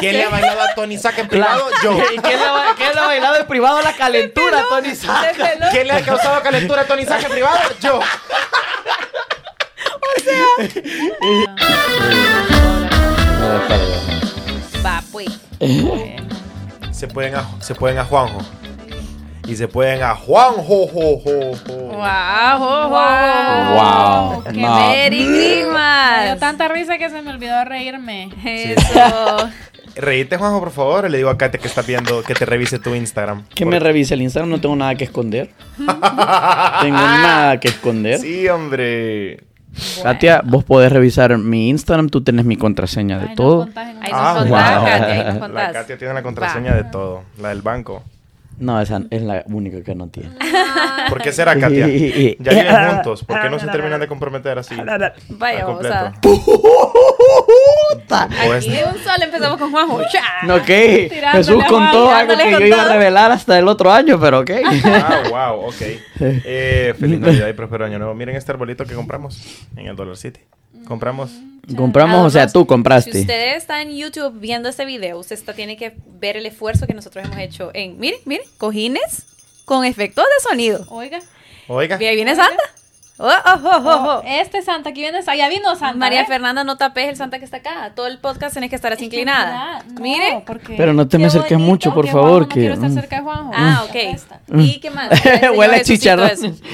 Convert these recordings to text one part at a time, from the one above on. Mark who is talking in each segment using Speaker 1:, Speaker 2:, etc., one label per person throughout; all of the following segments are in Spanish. Speaker 1: ¿Quién le ha bailado a Tony Sack en
Speaker 2: La-
Speaker 1: privado? Yo.
Speaker 2: ¿Y quién le, ha- quién le ha bailado en privado la calentura, Tony Saca?
Speaker 1: ¿Quién le ha causado calentura a Tony Sack en privado? Yo.
Speaker 3: Va, pues.
Speaker 1: Se pueden a, se pueden a Juanjo. Y se pueden a Juanjo. Jo, jo, jo.
Speaker 3: ¡Wow! wow,
Speaker 2: Wow.
Speaker 3: ¡Qué
Speaker 2: No.
Speaker 3: Merry
Speaker 4: Me dio
Speaker 3: Christmas!
Speaker 4: tanta risa que se me olvidó reírme.
Speaker 3: Eso.
Speaker 1: Reíte, Juanjo, por favor. Le digo a Kate que estás viendo que te revise tu Instagram.
Speaker 2: Que
Speaker 1: Por-
Speaker 2: me revise el Instagram, no tengo nada que esconder. tengo
Speaker 3: Ah.
Speaker 2: nada que esconder.
Speaker 1: Sí, hombre.
Speaker 2: Katia, vos podés revisar mi Instagram, tú tenés mi contraseña de
Speaker 4: Ay, no
Speaker 2: todo.
Speaker 4: contás en-
Speaker 3: Ahí
Speaker 1: Ah,
Speaker 3: nos contás,
Speaker 2: wow.
Speaker 3: Katia, ahí nos
Speaker 1: La
Speaker 3: contás.
Speaker 1: Katia tiene la contraseña de todo. La del banco.
Speaker 2: No, esa es la única que no tiene.
Speaker 1: ¿Por qué será, Katia? Ya viven juntos. ¿Por qué no se terminan de comprometer así? al
Speaker 3: Vaya, vos
Speaker 1: completo?
Speaker 3: a...
Speaker 2: ¡Puta!
Speaker 1: O
Speaker 3: Aquí
Speaker 1: este. es-
Speaker 3: de un solo empezamos con Juanjo. ¡Ya!
Speaker 2: Ok,
Speaker 4: Tirándole
Speaker 2: Jesús
Speaker 4: a
Speaker 2: contó
Speaker 3: Juan,
Speaker 2: algo que
Speaker 3: tirándole
Speaker 2: yo
Speaker 3: con
Speaker 2: iba a
Speaker 3: todo.
Speaker 2: revelar hasta el otro año, pero ok.
Speaker 1: Ah, wow, ok. Eh, feliz Navidad y próspero año nuevo. Miren este arbolito que compramos en el Dollar City. Compramos.
Speaker 2: Compramos, o sea,
Speaker 3: Además,
Speaker 2: tú
Speaker 3: Si
Speaker 2: compraste.
Speaker 3: usted está en YouTube viendo este video, usted está- tiene que ver el esfuerzo que nosotros hemos hecho en, miren, miren, cojines con efectos de sonido.
Speaker 4: Oiga.
Speaker 1: Oiga,
Speaker 3: Y ahí viene Santa. Oh, oh, oh, oh, oh.
Speaker 4: Este Santa, aquí viene Santa. Ya vino Santa.
Speaker 3: María
Speaker 4: ¿eh?
Speaker 3: Fernanda, no tapes el Santa que está acá. Todo el podcast tienes que estar así
Speaker 4: Es que
Speaker 3: inclinada.
Speaker 4: nada, no,
Speaker 3: Miren.
Speaker 4: porque-
Speaker 2: Pero no te me
Speaker 4: Qué
Speaker 2: acerques
Speaker 4: bonito
Speaker 2: mucho, por
Speaker 4: que
Speaker 2: favor,
Speaker 4: Juanjo no
Speaker 2: que-
Speaker 4: quiero estar
Speaker 2: mm.
Speaker 4: cerca de Juanjo.
Speaker 3: Ah,
Speaker 4: Me
Speaker 3: ok.
Speaker 4: molesta.
Speaker 3: ¿Y qué más?
Speaker 2: Huele a
Speaker 3: Jesucito
Speaker 2: chicharrón.
Speaker 3: eso.
Speaker 1: vamos a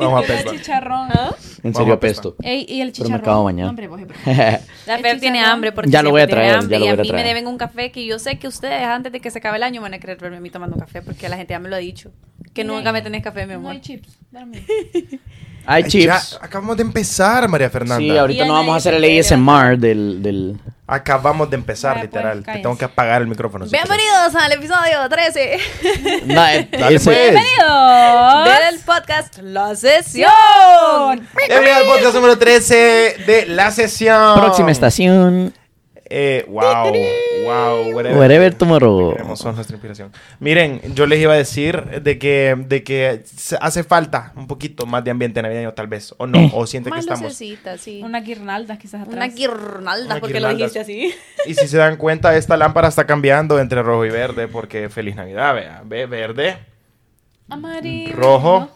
Speaker 4: Huele a
Speaker 1: pensar.
Speaker 4: chicharrón.
Speaker 3: ¿Ah?
Speaker 2: En
Speaker 1: Vamos
Speaker 2: serio,
Speaker 1: a pescar.
Speaker 2: pesto.
Speaker 4: Ey, y el
Speaker 2: Pero
Speaker 4: chicharrón.
Speaker 2: me acabo de bañar.
Speaker 4: Hombre, vos, hombre.
Speaker 3: La
Speaker 4: El
Speaker 3: Fer tiene
Speaker 4: chicharrón.
Speaker 3: hambre porque
Speaker 2: Ya lo voy a
Speaker 3: siempre tiene
Speaker 2: traer,
Speaker 3: hambre
Speaker 2: ya lo
Speaker 3: y
Speaker 2: voy a
Speaker 3: mí me
Speaker 2: traer.
Speaker 3: deben un café que yo sé que ustedes antes de que se acabe el año van a querer verme a mí tomando un café porque la gente ya me lo ha dicho. Que
Speaker 4: No hay-
Speaker 3: nunca me tenés café, mi
Speaker 4: No
Speaker 3: amor.
Speaker 4: hay chips. dame.
Speaker 2: Hay chips.
Speaker 1: Ya, acabamos de empezar, María Fernanda.
Speaker 2: Sí, ahorita
Speaker 3: Y
Speaker 2: no
Speaker 3: Ana
Speaker 2: vamos a
Speaker 3: dice
Speaker 2: hacer el
Speaker 3: que-
Speaker 2: ASMR del... del...
Speaker 1: Acabamos de empezar,
Speaker 4: Ya, pues,
Speaker 1: literal. Te
Speaker 4: cállense.
Speaker 1: tengo que apagar el micrófono. si
Speaker 3: Bienvenidos al episodio 13
Speaker 2: No, eh,
Speaker 1: Dale,
Speaker 2: ese-
Speaker 1: pues.
Speaker 3: del podcast La Sesión.
Speaker 1: quieres. Bienvenido al podcast número 13 de la sesión.
Speaker 2: Próxima estación,
Speaker 1: Eh, wow, wow, whatever.
Speaker 2: wherever tomorrow.
Speaker 1: Queremos, son nuestra inspiración. Miren, yo les iba a decir de que, de que se- hace falta un poquito más de ambiente navideño, tal vez. O no,
Speaker 2: Eh.
Speaker 1: o siente que
Speaker 3: Más
Speaker 1: estamos.
Speaker 3: lucecita, sí.
Speaker 4: Una guirnalda quizás atrás.
Speaker 3: Una guirnalda,
Speaker 1: Una
Speaker 3: porque lo
Speaker 1: guirnalda.
Speaker 3: dijiste así.
Speaker 1: Y si se dan cuenta, esta lámpara está cambiando entre rojo y verde, porque feliz Navidad, vea. Ve, verde,
Speaker 4: Amarillo.
Speaker 1: rojo,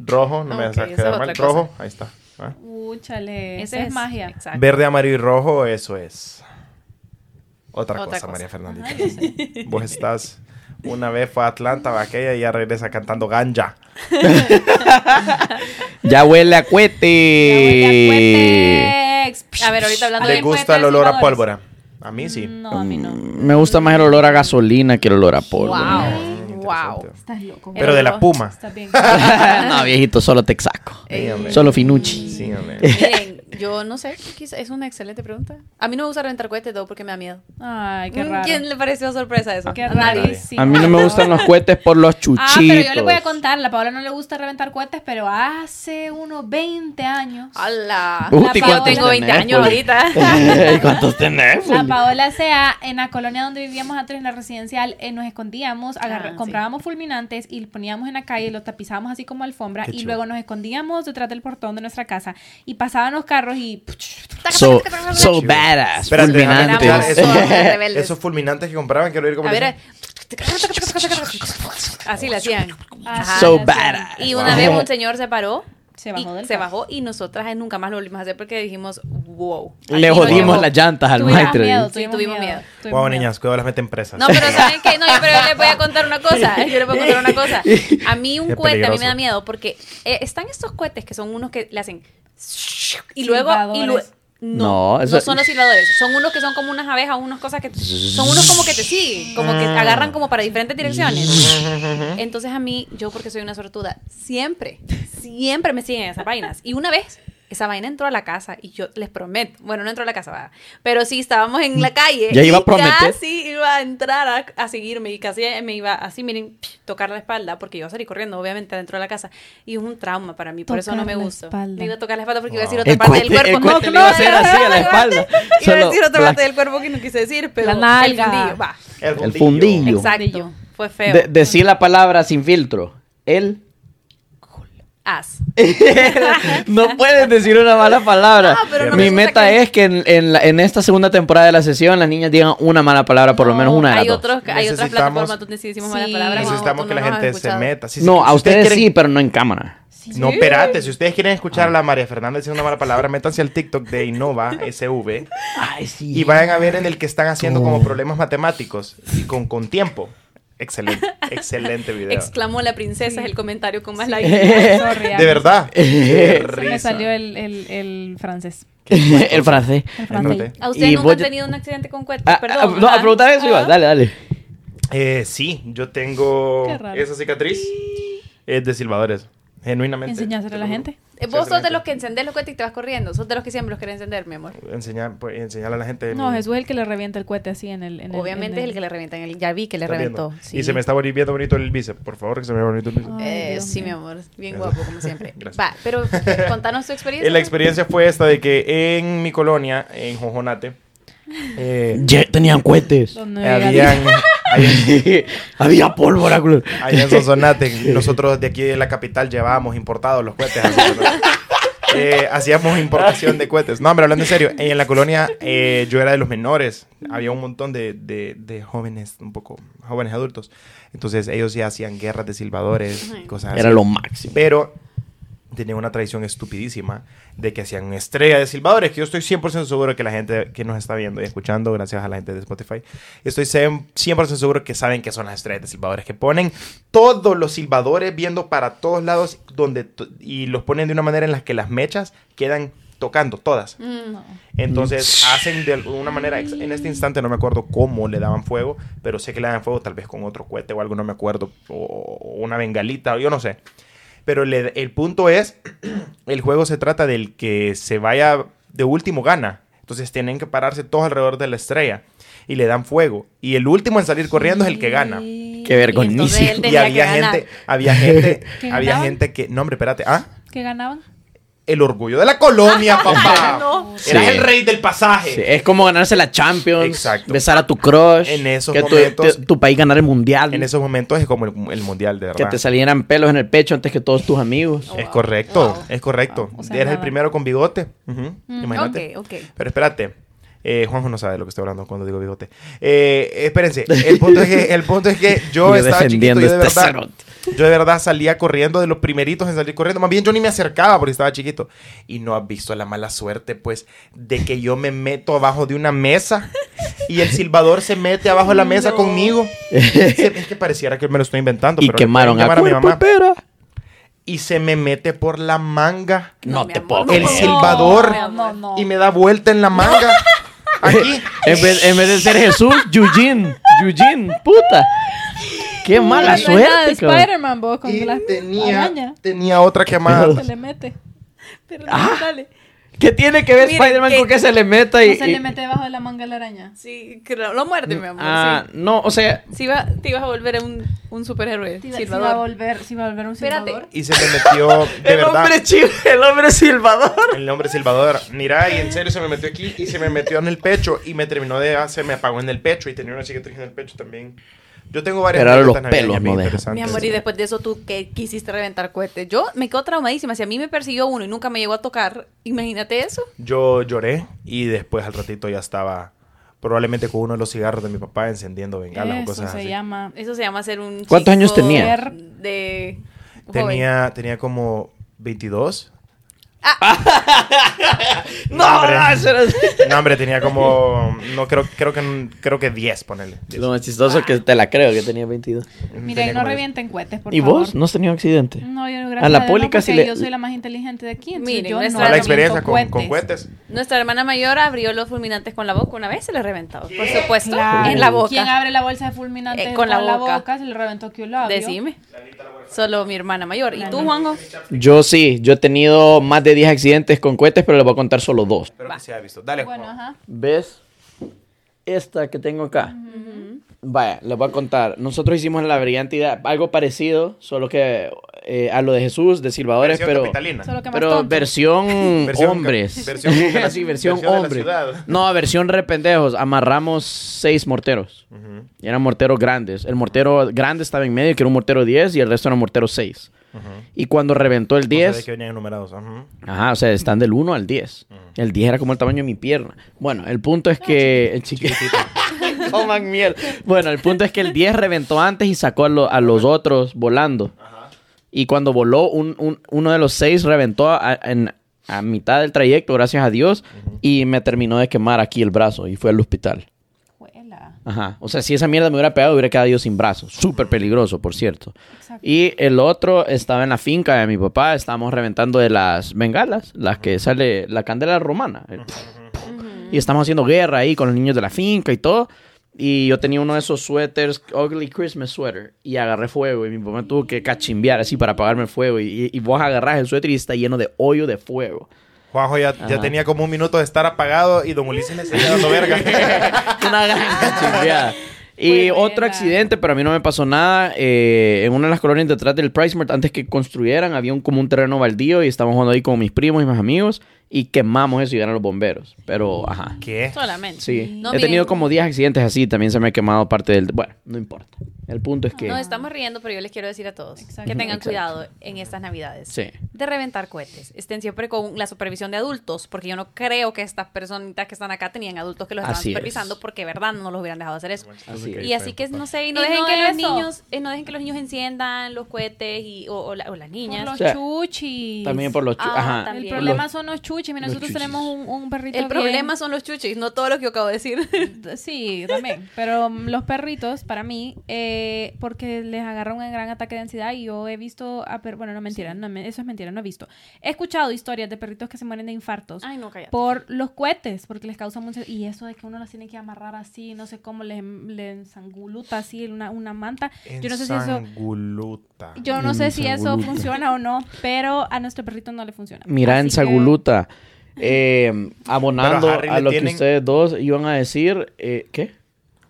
Speaker 1: rojo, no me
Speaker 3: Ok,
Speaker 1: vas a
Speaker 3: esa
Speaker 1: quedar
Speaker 3: es
Speaker 1: mal.
Speaker 3: otra cosa.
Speaker 1: Rojo, ahí está. ¿ah?
Speaker 4: Úchale.
Speaker 3: Esa
Speaker 4: Esa es magia.
Speaker 3: Exacto.
Speaker 1: Verde, amarillo y rojo, eso es. Otra,
Speaker 3: Otra
Speaker 1: cosa,
Speaker 3: cosa.
Speaker 1: María Fernandita. Vos estás. Una vez fue a Atlanta, va aquella y ya regresa cantando ganja.
Speaker 2: Ya huele a cuete.
Speaker 3: A ver, ahorita hablando de... Mm,
Speaker 1: Eh, ¿Le
Speaker 4: Alguien puede
Speaker 1: gusta el
Speaker 4: traer
Speaker 1: olor a
Speaker 4: silbadores.
Speaker 1: pólvora? A mí sí.
Speaker 4: No, a mí no.
Speaker 2: Mm, Me gusta más el olor a gasolina que el olor a polvo.
Speaker 3: Wow, wow.
Speaker 1: Interesante.
Speaker 4: Estás loco.
Speaker 1: Pero de la puma.
Speaker 4: Estás Eh, bien.
Speaker 2: no, viejito, solo Texaco.
Speaker 1: Sí, hombre.
Speaker 2: Solo Finucci.
Speaker 1: Sí, hombre.
Speaker 3: Miren, yo no sé, quizá- es una excelente pregunta. A mí no me gusta reventar cohetes, todo porque me da miedo.
Speaker 4: Ay, qué
Speaker 3: Mm,
Speaker 4: raro.
Speaker 3: ¿Quién le pareció sorpresa eso?
Speaker 1: Ah,
Speaker 4: Qué
Speaker 3: A nadie.
Speaker 4: rarísimo.
Speaker 2: A mí no me gustan los cohetes por los chuchitos.
Speaker 4: Ah, pero yo le voy a contar, la Paola no le gusta reventar cohetes, pero hace unos 20ente años.
Speaker 3: ¡Hala!
Speaker 2: Uy,
Speaker 3: La
Speaker 2: ¿y
Speaker 3: Paola,
Speaker 2: cuántos
Speaker 3: tengo 20
Speaker 2: tenés,
Speaker 3: años
Speaker 2: Poli?
Speaker 3: ahorita.
Speaker 2: ¿Y cuántos tenés?
Speaker 4: La Paola sea en la colonia donde vivíamos antes en la residencial, eh, nos escondíamos, agarra-
Speaker 3: Ah, sí.
Speaker 4: comprábamos fulminantes y los poníamos en la calle, los tapizábamos así como alfombra
Speaker 1: Qué
Speaker 4: y
Speaker 1: chivo.
Speaker 4: luego nos escondíamos detrás del portón de nuestra casa y pasaban los carros y
Speaker 2: So, so badass.
Speaker 1: Espérate, déjame
Speaker 2: fulminantes.
Speaker 1: escuchar
Speaker 3: Éramos todos
Speaker 1: esos-
Speaker 3: rebeldes.
Speaker 1: Esos fulminantes que compraban, quiero ir como.
Speaker 3: A ver, así le hacían.
Speaker 4: Ajá.
Speaker 2: So
Speaker 4: Ah, sí.
Speaker 2: badass.
Speaker 3: Y una vez un señor se paró.
Speaker 4: se bajó
Speaker 3: y
Speaker 4: del
Speaker 3: se
Speaker 4: carro.
Speaker 3: bajó y nosotras nunca más lo volvimos a hacer porque dijimos, wow. aquí
Speaker 2: Le
Speaker 3: no
Speaker 2: jodimos
Speaker 3: llegó.
Speaker 2: las llantas al
Speaker 4: Tuvimos
Speaker 2: maitre.
Speaker 4: miedo,
Speaker 3: Sí, tuvimos miedo.
Speaker 4: tuvimos
Speaker 1: Wow,
Speaker 4: miedo.
Speaker 1: niñas, cuidado, las meten presas.
Speaker 3: No, pero ¿saben qué? No, yo, pero yo les voy a contar una cosa. Yo les voy a contar una cosa. A mí un
Speaker 1: Qué
Speaker 3: cohete, a mí
Speaker 1: peligroso.
Speaker 3: me da miedo porque eh, están estos cohetes que son unos que le hacen... Y luego... Y luego
Speaker 4: Silbadores.
Speaker 3: no,
Speaker 2: No,
Speaker 3: no,
Speaker 2: eso-
Speaker 3: son los silbadores. Son unos que son como unas abejas, unas cosas que... Son unos como que te siguen, como que te agarran como para diferentes direcciones. Entonces a mí, yo porque soy una sortuda, siempre, siempre me siguen esas vainas. Y una vez, esa vaina entró a la casa y yo les prometo, bueno, no entró a la casa, va, pero sí estábamos en la calle.
Speaker 2: Ya iba
Speaker 3: y
Speaker 2: a prometer.
Speaker 3: Casi iba a entrar a, a seguirme y casi me iba así, miren, tocar la espalda porque iba a salir corriendo, obviamente, dentro de la casa. Y es un trauma para mí, por eso no
Speaker 4: Tocar
Speaker 3: me
Speaker 4: la
Speaker 3: gusta.
Speaker 4: espalda.
Speaker 3: Me iba a tocar la espalda porque iba a decir
Speaker 1: Wow.
Speaker 3: otra
Speaker 2: El
Speaker 3: parte del
Speaker 2: cohete- el
Speaker 3: cuerpo.
Speaker 2: cohete le iba a hacer así a la espalda.
Speaker 3: Iba a
Speaker 2: Solo
Speaker 3: decir otra
Speaker 2: la-
Speaker 3: parte del cuerpo que no quise decir, pero
Speaker 4: La nalga.
Speaker 3: el fundillo, va.
Speaker 2: El fundillo.
Speaker 3: Exacto. Fue feo.
Speaker 2: De- decir la palabra sin filtro. El
Speaker 3: ass.
Speaker 2: no puedes decir una mala palabra.
Speaker 3: No, pero no me
Speaker 2: Mi
Speaker 3: gusta
Speaker 2: meta
Speaker 3: que-
Speaker 2: es que en, en la- en esta segunda temporada de la sesión las niñas digan una mala palabra, Ah, por lo menos
Speaker 3: No,
Speaker 2: una de las
Speaker 3: hay
Speaker 2: dos.
Speaker 3: otros, hay otras
Speaker 1: Necesitamos-
Speaker 3: plataformas donde sí decimos malas
Speaker 4: Sí.
Speaker 3: palabras. Juanjo,
Speaker 1: Necesitamos
Speaker 3: tú
Speaker 1: que
Speaker 3: no
Speaker 1: la
Speaker 3: nos has
Speaker 1: gente se
Speaker 3: escuchado.
Speaker 1: meta. Si-
Speaker 2: No,
Speaker 1: si
Speaker 2: a ustedes,
Speaker 1: quieren-
Speaker 2: sí, pero no en cámara.
Speaker 1: No, espérate, si ustedes quieren escuchar a la María Fernanda diciendo una mala palabra, métanse al TikTok de Innova SV
Speaker 2: Ay, sí.
Speaker 1: y vayan a ver en el que están haciendo como problemas matemáticos y con, con tiempo. Excelente, excelente video.
Speaker 3: Exclamó la princesa, es el comentario con más
Speaker 4: Sí.
Speaker 3: like.
Speaker 4: Sorry,
Speaker 1: De verdad. Qué
Speaker 4: Se me
Speaker 1: risa.
Speaker 4: salió el, el, el francés.
Speaker 2: el francés.
Speaker 4: El
Speaker 1: Anoté.
Speaker 4: francés.
Speaker 3: ¿A ustedes
Speaker 2: Y
Speaker 3: nunca
Speaker 2: voy
Speaker 3: han
Speaker 2: a-
Speaker 3: tenido un accidente con cohetes?
Speaker 2: Ah, ah,
Speaker 3: Perdón. Ah,
Speaker 2: no, a
Speaker 3: ajá.
Speaker 2: preguntar eso iba.
Speaker 3: Ajá.
Speaker 2: Dale, dale.
Speaker 1: Eh, sí, yo tengo
Speaker 4: Qué raro.
Speaker 1: esa cicatriz. Es de silbadores, genuinamente.
Speaker 4: Enseñárselo a la gente.
Speaker 3: Eh, Vos sos de los que encendés los cohetes y te vas corriendo. Sos de los que siempre los querés encender, mi amor.
Speaker 1: Enseñar, pues, enseñarle a la gente.
Speaker 4: No,
Speaker 1: mi-
Speaker 4: Jesús es el que le revienta el cohete así en el. en el-
Speaker 3: Obviamente
Speaker 4: en
Speaker 3: es el que le revienta. en el- Ya vi que le
Speaker 1: ¿estás viendo?
Speaker 3: reventó. sí.
Speaker 1: Y se me está volviendo bonito el bíceps. Por favor, que se me vea bonito el bíceps.
Speaker 4: Ay,
Speaker 3: Eh,
Speaker 4: Dios
Speaker 3: sí, mi
Speaker 4: mío.
Speaker 3: amor. Bien
Speaker 1: Gracias.
Speaker 3: guapo, como siempre.
Speaker 1: Gracias.
Speaker 3: Va, pero contanos tu experiencia.
Speaker 1: Eh, La experiencia fue esta de que en mi colonia, en Jojonate, eh,
Speaker 2: Ya tenían cohetes.
Speaker 4: Donde
Speaker 1: habían, habían-
Speaker 2: Había pólvora. culo.
Speaker 1: allá en Sonsonate, nosotros de aquí de la capital llevábamos importados los cohetes. a Sonsonate. Eh, hacíamos importación de cohetes. No, hombre, hablando en serio, en la colonia eh, yo era de los menores. Había un montón de, de- de jóvenes, un poco jóvenes adultos. Entonces ellos ya hacían guerras de silbadores,
Speaker 3: Ay.
Speaker 1: cosas así.
Speaker 2: Era lo máximo.
Speaker 1: Pero tenía una tradición estupidísima de que hacían estrella de silbadores, que yo estoy 100% seguro que la gente que nos está viendo y escuchando, gracias a la gente de Spotify, estoy sem- 100% seguro que saben que son las estrellas de silbadores, que ponen todos los silbadores viendo para todos lados donde to- y los ponen de una manera en la que las mechas quedan tocando todas.
Speaker 3: Mm.
Speaker 1: Entonces hacen de alguna manera, ex- en este instante no me acuerdo cómo le daban fuego, pero sé que le daban fuego tal vez con otro cohete o algo, no me acuerdo, o o una bengalita, o yo no sé. Pero le- el punto es, el juego se trata del que se vaya de último gana. Entonces tienen que pararse todos alrededor de la estrella y le dan fuego. Y el último en salir corriendo es el que gana.
Speaker 2: Qué
Speaker 3: Y
Speaker 2: vergonísimo.
Speaker 3: entonces él
Speaker 1: Y
Speaker 3: tenía
Speaker 1: había
Speaker 3: que ganar.
Speaker 1: gente, había gente,
Speaker 4: ¿Que
Speaker 1: había
Speaker 4: ganaban?
Speaker 1: gente que, no hombre, espérate, ah,
Speaker 4: ¿Qué ganaban?
Speaker 1: el orgullo de la colonia, papá.
Speaker 3: No.
Speaker 1: Eras
Speaker 2: Sí.
Speaker 1: el rey del pasaje.
Speaker 2: Sí, es como ganarse la Champions,
Speaker 1: Exacto.
Speaker 2: besar a tu crush,
Speaker 1: En esos
Speaker 2: que tu,
Speaker 1: momentos-
Speaker 2: te- tu país ganar el mundial,
Speaker 1: En esos momentos es como el, el mundial, de
Speaker 2: que
Speaker 1: verdad.
Speaker 2: te salieran pelos en el pecho antes que todos tus amigos.
Speaker 1: Es correcto,
Speaker 3: Wow. Mm,
Speaker 1: es correcto.
Speaker 4: Wow, o sea,
Speaker 1: Eres el
Speaker 4: nada.
Speaker 1: primero con bigote. Ujú, Imagínate.
Speaker 3: Ok, ok.
Speaker 1: Pero espérate. eh, Juanjo no sabe de lo que estoy hablando cuando digo bigote. Eh, espérense, el punto es que, el punto es que yo,
Speaker 2: Yo
Speaker 1: estaba chiquito,
Speaker 2: defendiendo
Speaker 1: yo de,
Speaker 2: este
Speaker 1: verdad,
Speaker 2: cerote.
Speaker 1: yo de verdad salía corriendo de los primeritos en salir corriendo. Más bien yo ni me acercaba porque estaba chiquito. Y no has visto la mala suerte, pues, de que yo me meto abajo de una mesa y el silbador se mete abajo de la mesa conmigo. Se- Es que pareciera que me lo estoy inventando.
Speaker 2: y
Speaker 1: pero le
Speaker 2: quemaron
Speaker 1: pueden
Speaker 2: a
Speaker 1: llamar mi
Speaker 2: cuerpo,
Speaker 1: mamá.
Speaker 2: pero
Speaker 1: Y se me mete por la manga.
Speaker 2: no,
Speaker 3: mi
Speaker 2: te
Speaker 3: amor,
Speaker 2: puedo
Speaker 3: no.
Speaker 1: El
Speaker 2: creer.
Speaker 1: silbador.
Speaker 3: No, mi amor.
Speaker 1: y me da vuelta en la manga. Aquí.
Speaker 2: En vez, en vez de ser Jesús, Eugene, Eugene, puta. Qué mala
Speaker 4: No es nada de
Speaker 2: suerte, cabrón.
Speaker 4: Spider-Man, vos, con
Speaker 1: Y
Speaker 4: la
Speaker 1: tenía,
Speaker 4: araña.
Speaker 1: tenía otra que más.
Speaker 4: Se le mete.
Speaker 3: Perdón,
Speaker 2: Ah.
Speaker 3: dale.
Speaker 2: ¿Qué tiene que ver
Speaker 3: Miren,
Speaker 2: Spider-Man con
Speaker 3: que-
Speaker 2: que se le meta y
Speaker 4: No se
Speaker 2: y-
Speaker 4: le mete debajo de la manga la araña.
Speaker 3: Sí, que lo lo muerde, mi amor.
Speaker 2: Ah,
Speaker 3: sí.
Speaker 2: no, o sea,
Speaker 3: Si va- te ibas a volver un, un superhéroe.
Speaker 4: Si va,
Speaker 3: Silvador.
Speaker 4: a volver, si va a volver un
Speaker 3: Espérate.
Speaker 4: silbador.
Speaker 1: Y se me metió. De
Speaker 2: el
Speaker 1: verdad.
Speaker 2: hombre chivo, el hombre silbador.
Speaker 1: El hombre silbador. Mira, y en serio se me metió aquí y se me metió en el pecho y me terminó de. ah, Se me apagó en el pecho y tenía una cicatriz en el pecho también. Yo tengo varias.
Speaker 2: Pero ahora los
Speaker 1: anécdotas navideñas
Speaker 2: pelos
Speaker 1: bien
Speaker 2: no dejan.
Speaker 1: interesantes.
Speaker 3: Mi amor, y después de eso tú que quisiste reventar cohetes. Yo me quedo traumadísima. Si a mí me persiguió uno y nunca me llegó a tocar, imagínate eso.
Speaker 1: Yo lloré y después al ratito ya estaba probablemente con uno de los cigarros de mi papá encendiendo bengalas o
Speaker 4: Eso
Speaker 1: cosas
Speaker 4: se
Speaker 1: así. Eh,
Speaker 4: llama.
Speaker 3: Eso se llama ser un.
Speaker 2: ¿Cuántos años
Speaker 3: chico
Speaker 2: tenía?
Speaker 3: De. joven.
Speaker 1: Tenía, tenía como 22.
Speaker 2: No,
Speaker 1: hombre.
Speaker 2: no, eso era-
Speaker 1: No, hombre, tenía como. No, creo, creo que creo que 10, ponele. 10.
Speaker 2: Lo más chistoso es que te la creo que tenía 22.
Speaker 4: Mira,
Speaker 1: Tenía
Speaker 4: y no
Speaker 1: como 10.
Speaker 4: revienten cohetes, por
Speaker 2: ¿Y
Speaker 4: favor. Mm.
Speaker 2: vos? ¿No has tenido accidente?
Speaker 4: No, yo gracias
Speaker 2: A la
Speaker 4: Dios,
Speaker 2: poli
Speaker 4: no,
Speaker 2: casi
Speaker 4: porque
Speaker 2: le-
Speaker 4: Yo soy la más inteligente de aquí. entonces
Speaker 3: Miren,
Speaker 4: yo
Speaker 3: nuestra-
Speaker 4: no
Speaker 1: Mala
Speaker 3: Ahora
Speaker 1: experiencia
Speaker 4: reviento
Speaker 1: con con cohetes.
Speaker 3: Nuestra hermana mayor abrió los fulminantes con la boca. Una vez se le reventado, por supuesto.
Speaker 4: Claro.
Speaker 3: En la boca.
Speaker 4: ¿Quién abre la bolsa de fulminantes
Speaker 3: Eh,
Speaker 4: con, la, boca? Se le reventó que yo lo abrió.
Speaker 3: Decime. Solo mi hermana mayor. ¿Y
Speaker 4: La
Speaker 3: tú,
Speaker 4: neta.
Speaker 3: Juanjo?
Speaker 2: Yo sí, yo he tenido más de 10 accidentes con cohetes, pero les voy a contar solo dos.
Speaker 1: Pero que se ha visto. Dale,
Speaker 4: Bueno,
Speaker 1: Juan.
Speaker 4: ajá.
Speaker 2: ¿Ves? Esta que tengo acá. Vaya, les voy a contar. Nosotros hicimos en la brillantidad algo parecido, solo que eh, a lo de Jesús, de Silvadores,
Speaker 1: Versión
Speaker 2: pero...
Speaker 1: capitalina.
Speaker 4: Solo que más
Speaker 2: Pero
Speaker 4: tonto.
Speaker 2: versión,
Speaker 1: Versión
Speaker 2: hombres.
Speaker 1: ca- versión de la-
Speaker 2: Sí, versión,
Speaker 1: versión de la
Speaker 2: hombres.
Speaker 1: ciudad.
Speaker 2: No, versión rependejos. Amarramos seis morteros.
Speaker 1: Ujú.
Speaker 2: Y eran morteros grandes. El mortero grande estaba en medio, que era un mortero 10, y el resto eran morteros 6. Y cuando reventó el
Speaker 1: No
Speaker 2: 10...
Speaker 1: sabía que venían enumerados. ajá.
Speaker 2: Ajá, o sea, están del 1 al 10. El 10 era como el tamaño de mi pierna. Bueno, el punto es que... El chiquitito. Coman miel. Bueno, el punto es que el 10 reventó antes y sacó a, lo- a los otros volando. Y cuando voló, un- un- uno de los seis reventó a, en- a mitad del trayecto, gracias a Dios, y me terminó de quemar aquí el brazo y fue al hospital.
Speaker 4: Juela.
Speaker 2: Ajá. O sea, si esa mierda me hubiera pegado, hubiera quedado yo sin brazos. Súper peligroso, por cierto.
Speaker 4: Exacto.
Speaker 2: Y el otro estaba en la finca de mi papá. Estábamos reventando de las bengalas, las que sale la candela romana. El Y estamos haciendo guerra ahí con los niños de la finca y todo. Y yo tenía uno de esos suéteres, Ugly Christmas Sweater, y agarré fuego. Y mi papá me tuvo que cachimbear así para apagarme el fuego. Y, y vos agarrás el suéter y está lleno de hoyo de fuego.
Speaker 1: Juanjo ya, ya
Speaker 2: Ajá.
Speaker 1: tenía como un minuto de estar apagado y Don Ulises le seguía dando verga.
Speaker 2: una gran cachimbeada. Y
Speaker 3: Muy buena.
Speaker 2: otro accidente, pero a mí no me pasó nada. eh, en una de las colonias detrás del Price Mart, antes que construyeran, había un, como un terreno baldío y estábamos jugando ahí con mis primos y mis amigos y quemamos eso y llegaron los bomberos. Pero, ajá.
Speaker 1: ¿Qué?
Speaker 3: Solamente.
Speaker 2: Eh, Sí.
Speaker 3: No,
Speaker 2: He tenido
Speaker 3: miren,
Speaker 2: como 10 accidentes así. También se me ha quemado parte del... Bueno, no importa. El punto es que...
Speaker 3: No, estamos riendo, pero yo les quiero decir a todos
Speaker 4: Exacto.
Speaker 3: que tengan
Speaker 2: Exacto.
Speaker 3: cuidado en estas navidades.
Speaker 2: Sí.
Speaker 3: De reventar cohetes. Estén siempre con la supervisión de adultos, porque yo no creo que estas personitas que están acá tenían adultos que los estaban
Speaker 2: Así es.
Speaker 3: supervisando, porque verdad no los hubieran dejado hacer eso.
Speaker 2: Así
Speaker 1: Ok.
Speaker 2: es.
Speaker 3: Y así que no sé, y no
Speaker 4: Y
Speaker 3: dejen
Speaker 4: no
Speaker 3: que los
Speaker 4: eso.
Speaker 3: niños, eh, no dejen que los niños enciendan los cohetes y, o, o la- o las
Speaker 4: Por
Speaker 3: niñas.
Speaker 4: los
Speaker 2: O sea,
Speaker 4: chuchis.
Speaker 2: También por los... chu-
Speaker 3: Ah,
Speaker 2: ajá.
Speaker 3: también.
Speaker 4: El
Speaker 3: Bien.
Speaker 4: problema
Speaker 2: Los-
Speaker 4: son los chuchis. Mira,
Speaker 2: los
Speaker 4: nosotros
Speaker 2: chuchis.
Speaker 4: tenemos un, un perrito.
Speaker 3: El
Speaker 4: bien-
Speaker 3: problema son los chuchis, no todo lo que yo acabo de decir.
Speaker 4: Sí, también. Pero mm, los perritos, para mí, eh, porque les agarra un gran ataque de ansiedad y yo he visto. a per- bueno, no mentira, no, me- eso es mentira, no he visto. He escuchado historias de perritos que se mueren de infartos.
Speaker 3: Ay, no, cállate.
Speaker 4: por los cohetes, porque les causa mucho... Y eso de que uno los tiene que amarrar así, no sé cómo, les le ensanguluta así en una, una manta. Yo no sé si eso...
Speaker 1: Ensanguluta.
Speaker 4: Yo no sé si eso
Speaker 2: Ensanguluta.
Speaker 4: funciona o no, pero a nuestro perrito no le funciona.
Speaker 2: Mira,
Speaker 4: Así
Speaker 2: en
Speaker 4: que-
Speaker 2: Saguluta, eh, abonando
Speaker 1: Pero a Harry
Speaker 2: a
Speaker 1: le
Speaker 2: lo que
Speaker 1: tienen-
Speaker 2: ustedes dos iban a decir... eh, ¿Qué?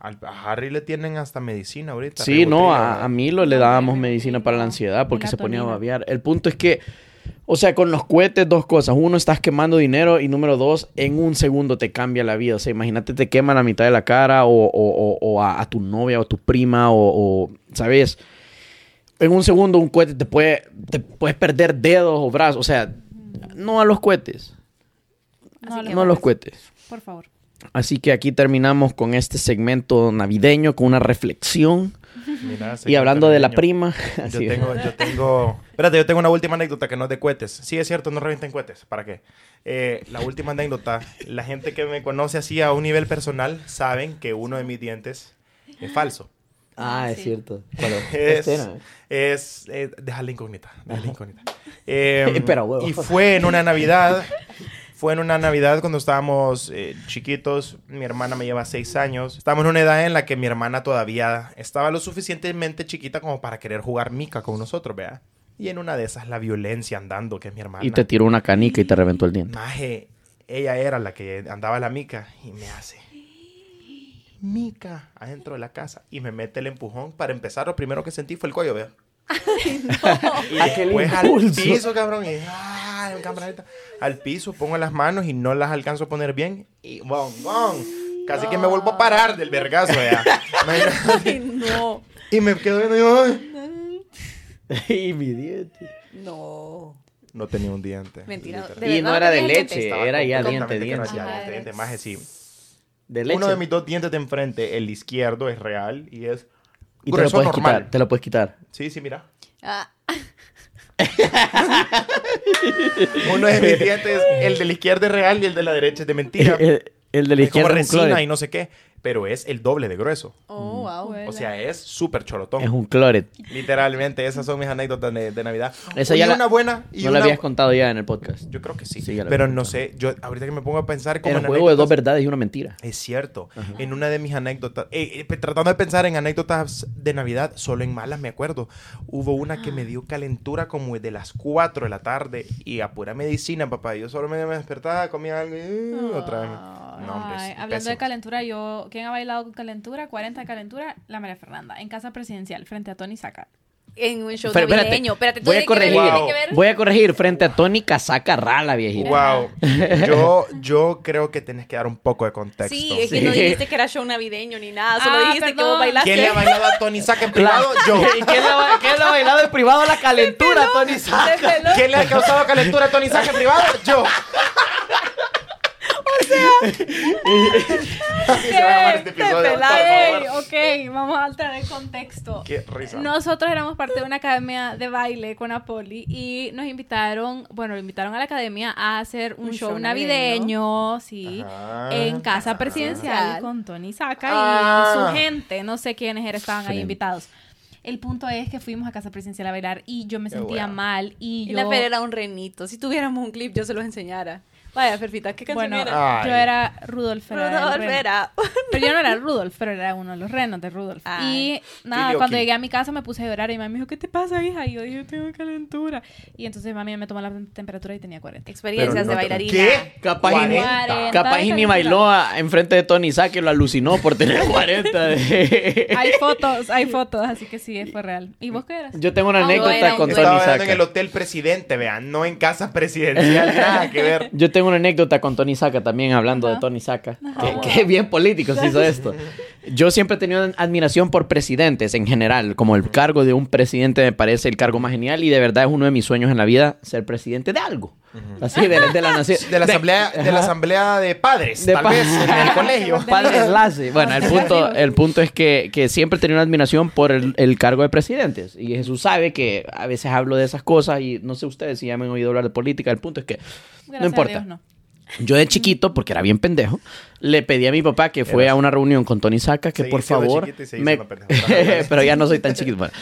Speaker 1: Al- a Harry le tienen hasta medicina ahorita.
Speaker 2: Sí, no, a, a
Speaker 1: Ribotril,
Speaker 2: Milo le
Speaker 4: No,
Speaker 2: dábamos
Speaker 4: hombre,
Speaker 2: medicina para la
Speaker 4: no.
Speaker 2: ansiedad porque se ponía a
Speaker 4: Melatonina.
Speaker 2: babear. El punto es que, o sea, con los cohetes, dos cosas. Uno, estás quemando dinero y número dos, en un segundo te cambia la vida. O sea, imagínate, te quema la mitad de la cara o, o- o- o a, a tu novia o tu prima o, o, ¿sabes? En un segundo un cohete te puede, te puedes perder dedos o brazos. O sea, no a los cohetes.
Speaker 4: No,
Speaker 2: No a los cohetes.
Speaker 4: Por favor.
Speaker 2: Así que aquí terminamos con este segmento navideño, con una reflexión.
Speaker 1: mira, se
Speaker 2: y hablando de la
Speaker 1: contaminó.
Speaker 2: prima.
Speaker 1: Yo
Speaker 2: así es.
Speaker 1: tengo, yo tengo. Espérate, yo tengo una última anécdota que no es de cohetes. Sí, es cierto, no revienten cohetes. ¿Para qué? Eh, la última anécdota. La gente que me conoce así a un nivel personal saben que uno de mis dientes es falso.
Speaker 2: Ah, es
Speaker 4: Sí.
Speaker 2: cierto. Bueno,
Speaker 1: Es,
Speaker 2: escena.
Speaker 1: es eh, déjala incógnita, déjala incógnita. Em,
Speaker 2: Espera, huevo.
Speaker 1: Y fue en una Navidad, fue en una Navidad cuando estábamos eh, chiquitos, mi hermana me lleva seis años, estábamos en una edad en la que mi hermana todavía estaba lo suficientemente chiquita como para querer jugar mica con nosotros, ¿vea? Y en una de esas la violencia andando, que es mi hermana.
Speaker 2: Y te tiró una canica y te reventó el diente.
Speaker 1: Maje, ella era la que andaba la mica y me hace. Mica, adentro de la casa. Y me mete el empujón. Para empezar, lo primero que sentí fue el cuello, vea. Y
Speaker 2: Aquel
Speaker 1: después al
Speaker 2: impulso.
Speaker 1: piso, cabrón. Y, ah, en campanadita. Al piso, pongo las manos y no las alcanzo a poner bien. Y bon, bon. Casi que me vuelvo a parar del vergazo, vea. Imagínate.
Speaker 3: Ay, no,
Speaker 1: y me quedo viendo y yo, "Ay".
Speaker 2: y mi diente.
Speaker 3: no.
Speaker 1: No tenía un diente.
Speaker 3: Mentira.
Speaker 1: literal.
Speaker 3: De
Speaker 2: Y
Speaker 3: verdad,
Speaker 2: no era de
Speaker 3: tenía gente.
Speaker 2: leche,
Speaker 1: Estaba
Speaker 2: era ya
Speaker 1: completamente
Speaker 2: diente,
Speaker 1: que no
Speaker 2: diente.
Speaker 1: hacía
Speaker 3: diente.
Speaker 1: diente, diente. Maje, sí.
Speaker 2: De leche.
Speaker 1: Uno de mis dos dientes de enfrente, el izquierdo, es real y es
Speaker 2: Y te lo
Speaker 1: grueso
Speaker 2: puedes
Speaker 1: normal.
Speaker 2: quitar, te lo puedes quitar.
Speaker 1: Sí, sí, mira.
Speaker 3: Ah,
Speaker 1: Uno de mis dientes, el de la izquierda es real y el de la derecha es de mentira.
Speaker 2: El, el de la
Speaker 1: es como
Speaker 2: izquierda es un
Speaker 1: resina y
Speaker 2: cloret.
Speaker 1: no sé qué, pero es el doble de grueso.
Speaker 2: Mm.
Speaker 3: oh, wow.
Speaker 1: O sea, es súper cholotón.
Speaker 2: Es un cloret.
Speaker 1: Literalmente, esas son mis anécdotas de, de Navidad.
Speaker 2: Esa
Speaker 1: Oye,
Speaker 2: ya la-
Speaker 1: una buena y
Speaker 2: no
Speaker 1: una...
Speaker 2: lo habías contado ya en el podcast.
Speaker 1: Yo creo que sí,
Speaker 2: Sí, ya la
Speaker 1: pero
Speaker 2: había
Speaker 1: no
Speaker 2: contado.
Speaker 1: sé, yo ahorita que me pongo a pensar como
Speaker 2: Era un
Speaker 1: en
Speaker 2: juego de dos
Speaker 1: anécdotas-
Speaker 2: verdades y una mentira.
Speaker 1: Es cierto. En una de mis anécdotas, eh, eh, pe- tratando de pensar en anécdotas de Navidad, solo en malas me acuerdo. Hubo una que me dio calentura como de las 4 de la tarde y a pura medicina, papá. Yo solo me, me despertaba, comía algo y eh, otra vez. me- No, hombre,
Speaker 4: Ay,
Speaker 1: sí,
Speaker 4: hablando de
Speaker 1: pésimo.
Speaker 4: calentura, yo... ¿Quién ha bailado con calentura? 40 de calentura, la María Fernanda. En casa presidencial, frente a Tony Saca.
Speaker 3: en un show
Speaker 2: Pero espérate,
Speaker 3: navideño. Espérate, tú
Speaker 2: voy a
Speaker 3: tienes que ver,
Speaker 2: corregir.
Speaker 3: tienes que ver.
Speaker 2: Voy a corregir frente a Tony Casaca Rala, viejita.
Speaker 1: Wow. Yo, yo creo que tenés que dar un poco de contexto.
Speaker 3: Sí, es que no
Speaker 2: Sí.
Speaker 3: dijiste que era show navideño ni nada, solo
Speaker 4: Ah,
Speaker 3: dijiste que
Speaker 4: perdón.
Speaker 3: vos bailaste.
Speaker 1: ¿Quién le ha bailado a Tony Saca en privado? Yo.
Speaker 2: ¿Y quién la, ba- quién la ha bailado en privado la calentura, Tony Saca?
Speaker 3: Se peló.
Speaker 1: ¿Quién le ha causado calentura a Tony Saca en privado? Yo. Así se va a llamar este
Speaker 3: Te
Speaker 1: episodio, por favor.
Speaker 4: Ok, ok, vamos a traer el contexto.
Speaker 1: Qué risa.
Speaker 4: Nosotros éramos parte de una academia de baile con Apoli y nos invitaron, bueno, lo invitaron a la academia a hacer un,
Speaker 3: Un
Speaker 4: show,
Speaker 3: show
Speaker 4: navideño, sí,
Speaker 1: Ajá.
Speaker 4: en casa presidencial
Speaker 3: Ajá.
Speaker 4: con Tony Saca
Speaker 1: Ah.
Speaker 4: y su gente, no sé quiénes eran, estaban ahí
Speaker 2: Excelente.
Speaker 4: invitados. El punto es que fuimos a casa presidencial a bailar y yo me
Speaker 1: Qué
Speaker 4: sentía
Speaker 1: bueno.
Speaker 4: mal y
Speaker 3: Y
Speaker 4: yo
Speaker 3: la Fer era un renito. Si tuviéramos un clip, yo se los enseñara. Vaya, Ferfita, ¿qué canción
Speaker 4: bueno,
Speaker 3: era?
Speaker 1: Ay.
Speaker 4: yo era Rudolf. era el
Speaker 3: Rodolfo
Speaker 4: reno.
Speaker 3: era.
Speaker 4: Pero yo no era Rudolf, pero era uno de los renos de Rudolf.
Speaker 3: Ay.
Speaker 4: Y nada,
Speaker 1: Tilioki.
Speaker 4: cuando llegué a mi casa me puse a llorar y mi mamá me dijo, ¿qué te pasa, hija? Y yo dije, tengo calentura. Y entonces mami me tomó la temperatura y tenía 40.
Speaker 1: Pero
Speaker 3: Experiencias
Speaker 1: no
Speaker 3: de
Speaker 1: te-
Speaker 3: bailarina.
Speaker 1: ¿Qué?
Speaker 2: Capaz y-
Speaker 1: 40.
Speaker 2: Capaz y ni bailó a- enfrente de Tony Saca y lo alucinó por tener 40. de-
Speaker 4: Hay fotos, hay fotos, así que sí, fue real. ¿Y vos qué eras?
Speaker 2: Yo tengo una
Speaker 3: Ah,
Speaker 2: anécdota
Speaker 3: bueno,
Speaker 2: con
Speaker 1: Estaba
Speaker 2: Tony
Speaker 1: bailando en el
Speaker 2: Saca.
Speaker 1: Hotel Presidente, vean, no en casa presidencial, nada que ver.
Speaker 2: Yo tengo una anécdota con Tony Saca también, hablando de
Speaker 4: Ajá. Ah,
Speaker 2: Tony Saca. Que, que bien político se hizo esto. Yo siempre he tenido admiración por presidentes en general. Como el cargo de un presidente me parece el cargo más genial y de verdad es uno de mis sueños en la vida ser presidente de algo. Así, de, la- de la nación.
Speaker 1: De la asamblea de, la asamblea de padres,
Speaker 2: De
Speaker 1: tal
Speaker 2: pa-
Speaker 1: vez, en el colegio.
Speaker 2: Padre enlace. Bueno, el punto, el punto es que, que siempre tenía una admiración por el, el cargo de presidentes. Y Jesús sabe que a veces hablo de esas cosas y no sé ustedes si ya me han oído hablar de política. El punto es que
Speaker 4: Gracias
Speaker 2: no importa.
Speaker 4: A Dios, no.
Speaker 2: Yo de chiquito, porque era bien pendejo, le pedí a mi papá que fue
Speaker 1: Eras.
Speaker 2: a una reunión con Tony Saca que
Speaker 1: Seguí
Speaker 2: por
Speaker 1: siendo
Speaker 2: favor...
Speaker 1: chiquito y seguí
Speaker 2: me-
Speaker 1: siendo pendejo.
Speaker 2: Pero ya no soy tan chiquito. bueno.